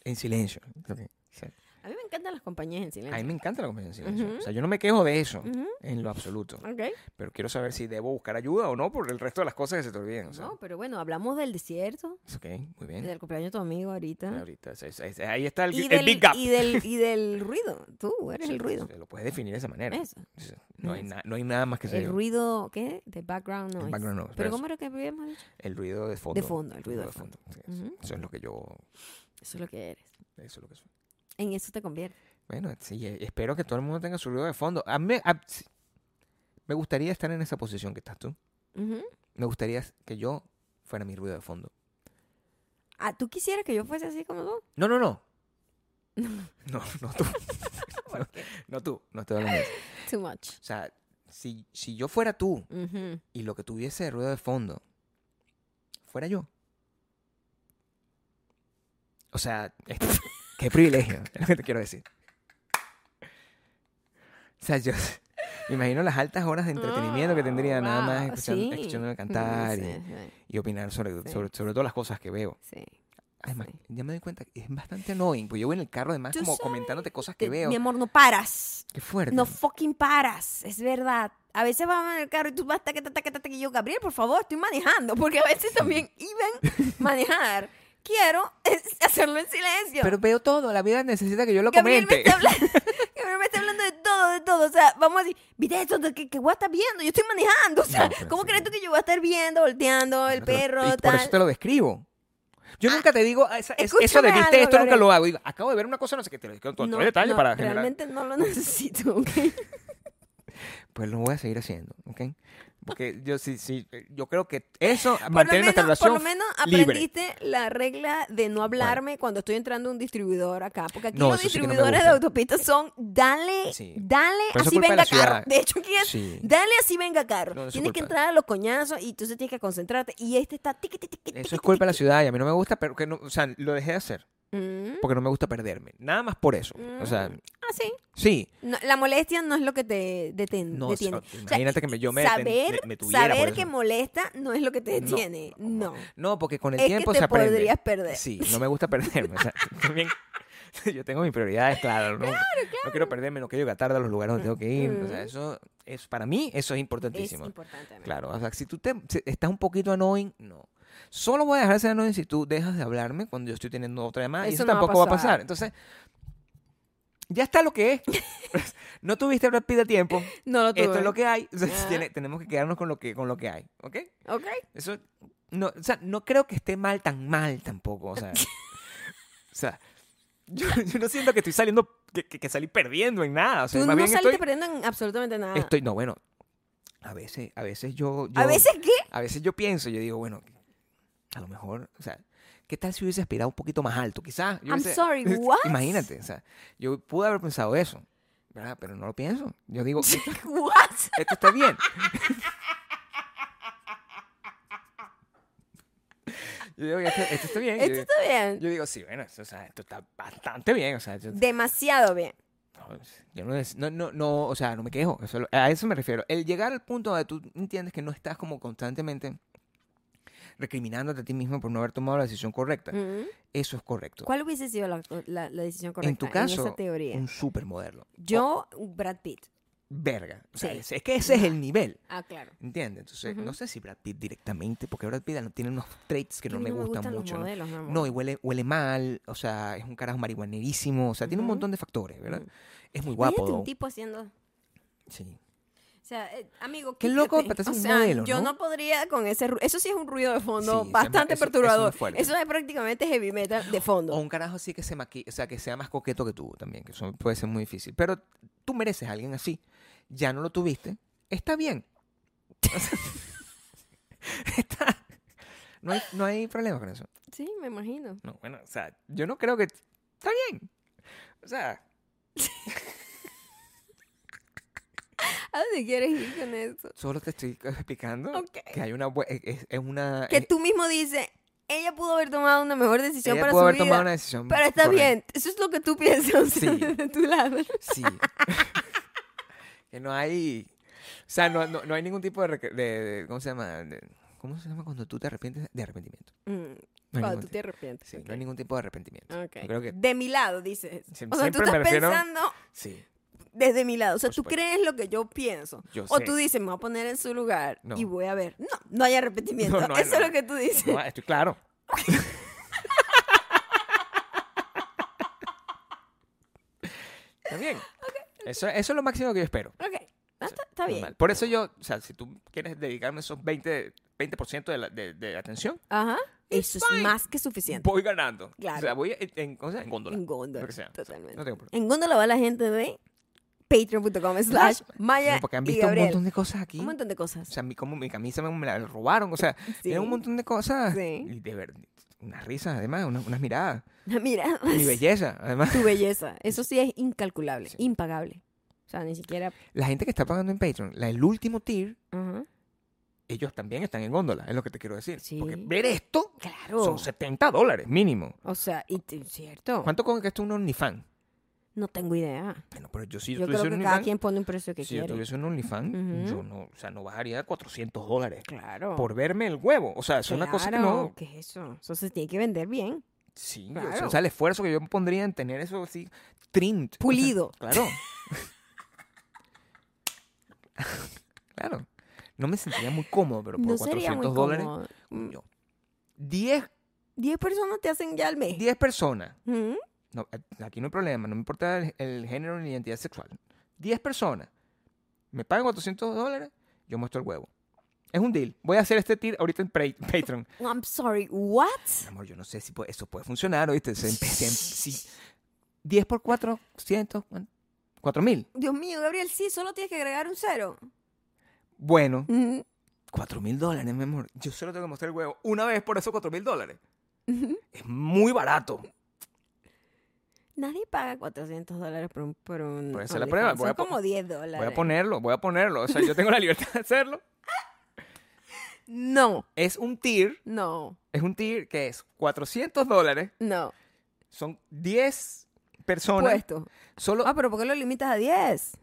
en silencio. Lo que- o sea, A mí me encantan las compañías en A mí silencio. me encanta la conversación en silencio. Ujú. O sea, yo no me quejo de eso Ujú, en lo absoluto. ok. Pero quiero saber si debo buscar ayuda o no por el resto de las cosas que se te olviden. O sea, No, pero bueno, hablamos del desierto, es ok, muy bien. del cumpleaños de tu amigo ahorita. Ahorita, es- es- es- ahí está el, Y el del, big gap. y, del, y del ruido. Tú eres Sí, el ruido. se Lo puedes definir de esa manera. Eso. O sea, No hay, Eso. na- no hay nada más que El sea ruido, ¿qué? De background noise. background noise, Pero eso. ¿cómo era que habíamos dicho? el ruido de fondo. De fondo, el ruido de fondo. Sí, Ujú. Eso es lo que yo... Eso es lo que eres. Eso es lo que soy. En eso te conviertes. Bueno, sí, eh, espero que todo el mundo tenga su ruido de fondo. A mí, a- sí, me gustaría estar en esa posición que estás tú. Ujú. Me gustaría que yo fuera mi ruido de fondo. Ah, ¿tú quisieras que yo fuese así como tú? No, no, no. No, no tú. no, no tú, no estoy hablando de eso. Too much. O sea, si, si yo fuera tú Ujú. y lo que tuviese de ruido de fondo fuera yo. O sea, este, qué privilegio, es lo que te quiero decir. O sea, yo me imagino las altas horas de entretenimiento que tendría Ah, nada más wow, escuchando, sí. escuchándome cantar Sí, y, sí, y opinar sobre, Sí. sobre, sobre todas las cosas que veo. sí. Además, Sí. ya me doy cuenta que es bastante annoying, porque yo voy en el carro además Tú como sabes comentándote cosas que Te- veo. Mi amor, no paras. Qué fuerte. No fucking paras, es verdad. A veces vamos en el carro y tú vas taca, taca, taca, taca, y yo, Gabriel, por favor, estoy manejando, porque a veces también iban manejar. Quiero es, hacerlo en silencio. Pero veo todo, la vida necesita que yo lo Gabriel me, comente. está hablando, Gabriel me está hablando de todo, de todo. O sea, vamos a decir, ¿viste esto? ¿Qué, qué guay estás viendo? Yo estoy manejando. O sea, No, pero ¿cómo sí. crees tú que yo voy a estar viendo, volteando, el Claro, te lo- perro, y Por tal? eso te lo describo. Yo nunca te digo, "Ah, esa- es- eso escúchame de viste algo, esto, nunca Gabriel. lo hago. Digo, acabo de ver una cosa, no sé qué, te lo digo con todo No, detalle no, para generar. Realmente no lo necesito, ¿ok? Pues lo voy a seguir haciendo, ¿ok? Porque yo sí, sí, eh, yo creo que eso, Por lo mantener nuestra menos- por relación lo menos libre. aprendiste la regla de no hablarme cuando estoy entrando a un distribuidor acá. Porque aquí No, los eso sí que no me distribuidores de gusta. autopistas son dale, Sí. dale, Pero eso es así culpa de venga la carro. ciudad. De hecho, aquí es Sí. dale, así venga carro. No, eso es tienes que culpa. entrar a los coñazos y entonces tienes que concentrarte. Y este está tiqui, tiqui, tiqui, Eso tiqui, es culpa de la ciudad y a mí no me gusta, pero que no, o sea, lo dejé de hacer tiqui. Mm, porque no me gusta perderme. Nada más por eso. O sea, Ah, sí. sí. No, la molestia no es lo que te deten- No, o sea, detiene. O sea, imagínate que me- yo me, deten- saber, me- me tuviera por saber eso. que molesta no es lo que te No, detiene. No. No, porque con el Es que tiempo te se aprende. podrías perder. Sí, no me gusta perderme. o sea, también yo tengo mis prioridades, claro. No, no quiero perderme, no quiero llegar tarde a los lugares donde tengo que ir. O sea, eso es para mí eso es Es importantísimo. importante. amigo. Claro, o sea, si tú te, si estás un poquito annoying, no. Solo voy a dejar de ser annoying si tú dejas de hablarme cuando yo estoy teniendo otra llamada. y Eso eso no va a tampoco va a pasar. pasar. Entonces, ya está lo que es. no tuviste Brad Pitt a tiempo. No lo tuve. Esto es lo que hay. Entonces, Ah. tiene- tenemos que quedarnos con lo que, con lo que hay. ¿Ok? Ok. Eso, no, o sea, no creo que esté mal tan mal tampoco, o sea. o sea, yo, yo no siento que estoy saliendo, que, que- que salí perdiendo en nada, o sea, Tú más no bien saliste estoy, perdiendo en absolutamente nada. estoy, no, bueno, a veces, a veces yo, ¿A yo- veces qué? a veces yo pienso, yo digo, bueno, a lo mejor, o sea, ¿qué tal si hubiese aspirado un poquito más alto? Quizás. yo I'm hubiese- sorry, what? Imagínate, o sea, yo pude haber pensado eso, ¿verdad? Pero no lo pienso. Yo digo, esto, ¿What? esto está bien. Yo digo, esto, esto está bien. Yo Esto digo- está bien. yo digo, sí, bueno, esto, o sea, esto está bastante bien. O sea, yo, Demasiado bien. no, yo no, es- no, no, no, o sea, no me quejo. eso lo- a eso me refiero. El llegar al punto donde tú entiendes que no estás como constantemente recriminándote a ti mismo por no haber tomado la decisión correcta. Mm. Eso es correcto. ¿Cuál hubiese sido la, la- la decisión correcta en tu caso, esa teoría? un oh. supermodelo. Oh, Yo, Brad Pitt. Verga. O sea, Sí. es, es que ese es el nivel. Ah, claro. ¿Entiendes? Entonces, Ujú. no sé si Brad Pitt directamente, porque Brad Pitt no- tiene unos traits que Es no que a me mí gustan, los mucho. ¿no? modelos, mi amor. No, y huele, huele mal, o sea, es un carajo marihuanerísimo, o sea, tiene un Ujú. montón de factores, ¿verdad? Ujú. Es muy Imagínate guapo. un though. tipo haciendo... O Sí. sea, eh, amigo, Qué loco, quítate. parece O un sea, modelo, yo ¿no? no podría con ese ruido. Eso sí es un ruido de fondo Sí, eso- bastante eso- eso es perturbador. muy fuerte. Oh. Eso es prácticamente heavy metal de fondo. O un carajo así que se maqui- o sea, que sea más coqueto que tú también, que eso puede ser muy difícil. Pero tú mereces a alguien así. Ya no lo tuviste. Está bien. O sea, está- No hay, no hay problema con eso. Sí, me imagino. No, bueno, o sea, yo no creo que. Está bien. O sea, ¿A dónde quieres ir con eso? solo te estoy explicando Ok. que hay una. bu- Es, es una. que es- tú mismo dices, ella pudo haber tomado una mejor decisión ella para pudo su haber vida, tomado una decisión. pero está correcta. bien, eso es lo que tú piensas o sea, Sí. de tu lado. Sí. que no hay. O sea, no, no, no hay ningún tipo de, rec- de- de- ¿Cómo se llama? De- ¿Cómo se llama cuando tú te arrepientes? De arrepentimiento. Mm, No hay, Cuando ningún, tú ti- te arrepientes. sí, ok. Ah. no hay ningún tipo de arrepentimiento. Yo Ok. creo que. De mi lado, dices. Sie- o sea, tú siempre me estás refiero- pensando Sí. desde mi lado. O sea, Por tú supuesto. crees lo que yo pienso. Yo o sé. tú dices, me voy a poner en su lugar No. y voy a ver. No, no hay arrepentimiento. No, no hay eso es nada. lo que tú dices. No, estoy claro. está bien. Eso, eso es lo máximo que yo espero. Ok, Ah, está, está bien. Normal. Por eso yo, o sea, si tú quieres dedicarme esos 20, 20% de, la, de, de atención, Ajá. Eso es fine. más que suficiente. voy ganando. O sea, Claro. voy en, en, ¿cómo se llama? en góndola. En góndola. Lo que sea. Totalmente. No tengo problema. En góndola va la gente de patreon.com slash Maya No, porque han y visto un Gabriel. montón de cosas aquí. Un montón de cosas. O sea, mi, como mi camisa me, me la robaron. O sea, Sí. era un montón de cosas. Sí. Y de ver, unas risas además, unas, unas miradas. Mira, Mi belleza, además. tu belleza. Eso sí es incalculable, Sí. impagable. O sea, ni siquiera... La gente que está pagando en Patreon, la, el último tier Ajá. ellos también están en góndola, es lo que te quiero decir. Sí. Oh. Porque ver esto Claro. son 70 dólares mínimo. O sea, y te- cierto. ¿Cuánto con que esto es un OnlyFans? No tengo idea. Bueno, pero yo si yo, Yo creo tuviese que un cada OnlyFans, quien pone un precio que si yo quiere. tuviese un OnlyFans, Ujú. yo no, o sea, no bajaría 400 dólares Claro. por verme el huevo. O sea, es una cosa que no... Claro, ¿Qué es eso? Eso se tiene que vender bien. Sí, o, sea, Claro. o sea, el esfuerzo que yo pondría en tener eso así trimmed. o sea, Pulido. claro. claro. No me sentiría muy cómodo, pero por no 400 sería muy dólares... cómodo. Mm, yo- 10, Diez personas te hacen ya al mes. 10 personas. Mm, No, a- aquí no hay problema, no me importa el, el género ni la identidad sexual. 10 personas. Me pagan 400 dólares, yo muestro el huevo. Es un deal. Voy a hacer este deal ahorita en Pre- Patreon. I'm sorry, what? Mi Amor, yo no sé si pu- eso puede funcionar, ¿oíste? Se empe- se em- si- 10 por 400, 4 mil. Dios mío, Gabriel, sí, solo tienes que agregar un cero. Bueno, Mm, 4 mil dólares, mi amor. Yo solo tengo que mostrar el huevo una vez por esos 4 mil dólares. Es muy barato. Nadie paga 400 dólares por un... Por un Voy a hacer la OnlyFans. prueba, voy Son a po- como 10 dólares. Voy a ponerlo, voy a ponerlo. O sea, yo tengo la libertad de hacerlo. No, Es un tier no, Es un tier que es 400 dólares, no. son 10 personas, Puesto. solo Ah, pero ¿por qué lo limitas a 10?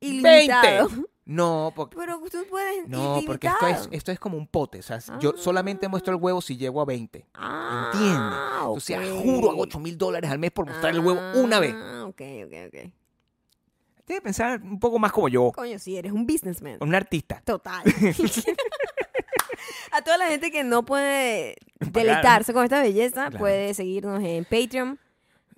20. Ilimitado. No, porque, Pero tú puedes no, ilimitado. porque esto es, esto es como un pote. O sea, yo solamente muestro el huevo si llego a 20. ¿Entiendes? Ah, Entonces, ok. juro, hago 8 mil dólares al mes por mostrar el huevo una vez. Ah, ok, ok, ok. Tienes que pensar un poco más como yo, Coño, sí, eres un businessman. un artista. Total. A toda la gente que no puede Pagar. deleitarse con esta belleza, Claro. puede seguirnos en Patreon.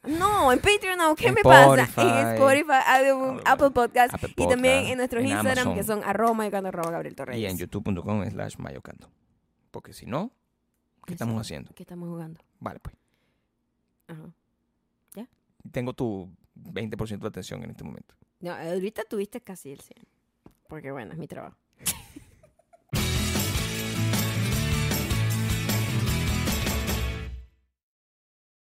No, en Patreon no, ¿qué En me pasa? En Spotify. Spotify, Apple, Apple Podcast Apple y también Podcast, en nuestros en Instagram Amazon. que son arroba y cuando arroba Gabriel Torres. Y en youtube.com slash mayocanto. Porque si no, ¿qué estamos haciendo? ¿Qué estamos jugando? Vale, pues. Ajá. Tengo tu 20% de atención en este momento. No, ahorita tuviste casi el 100. Porque bueno, es mi trabajo.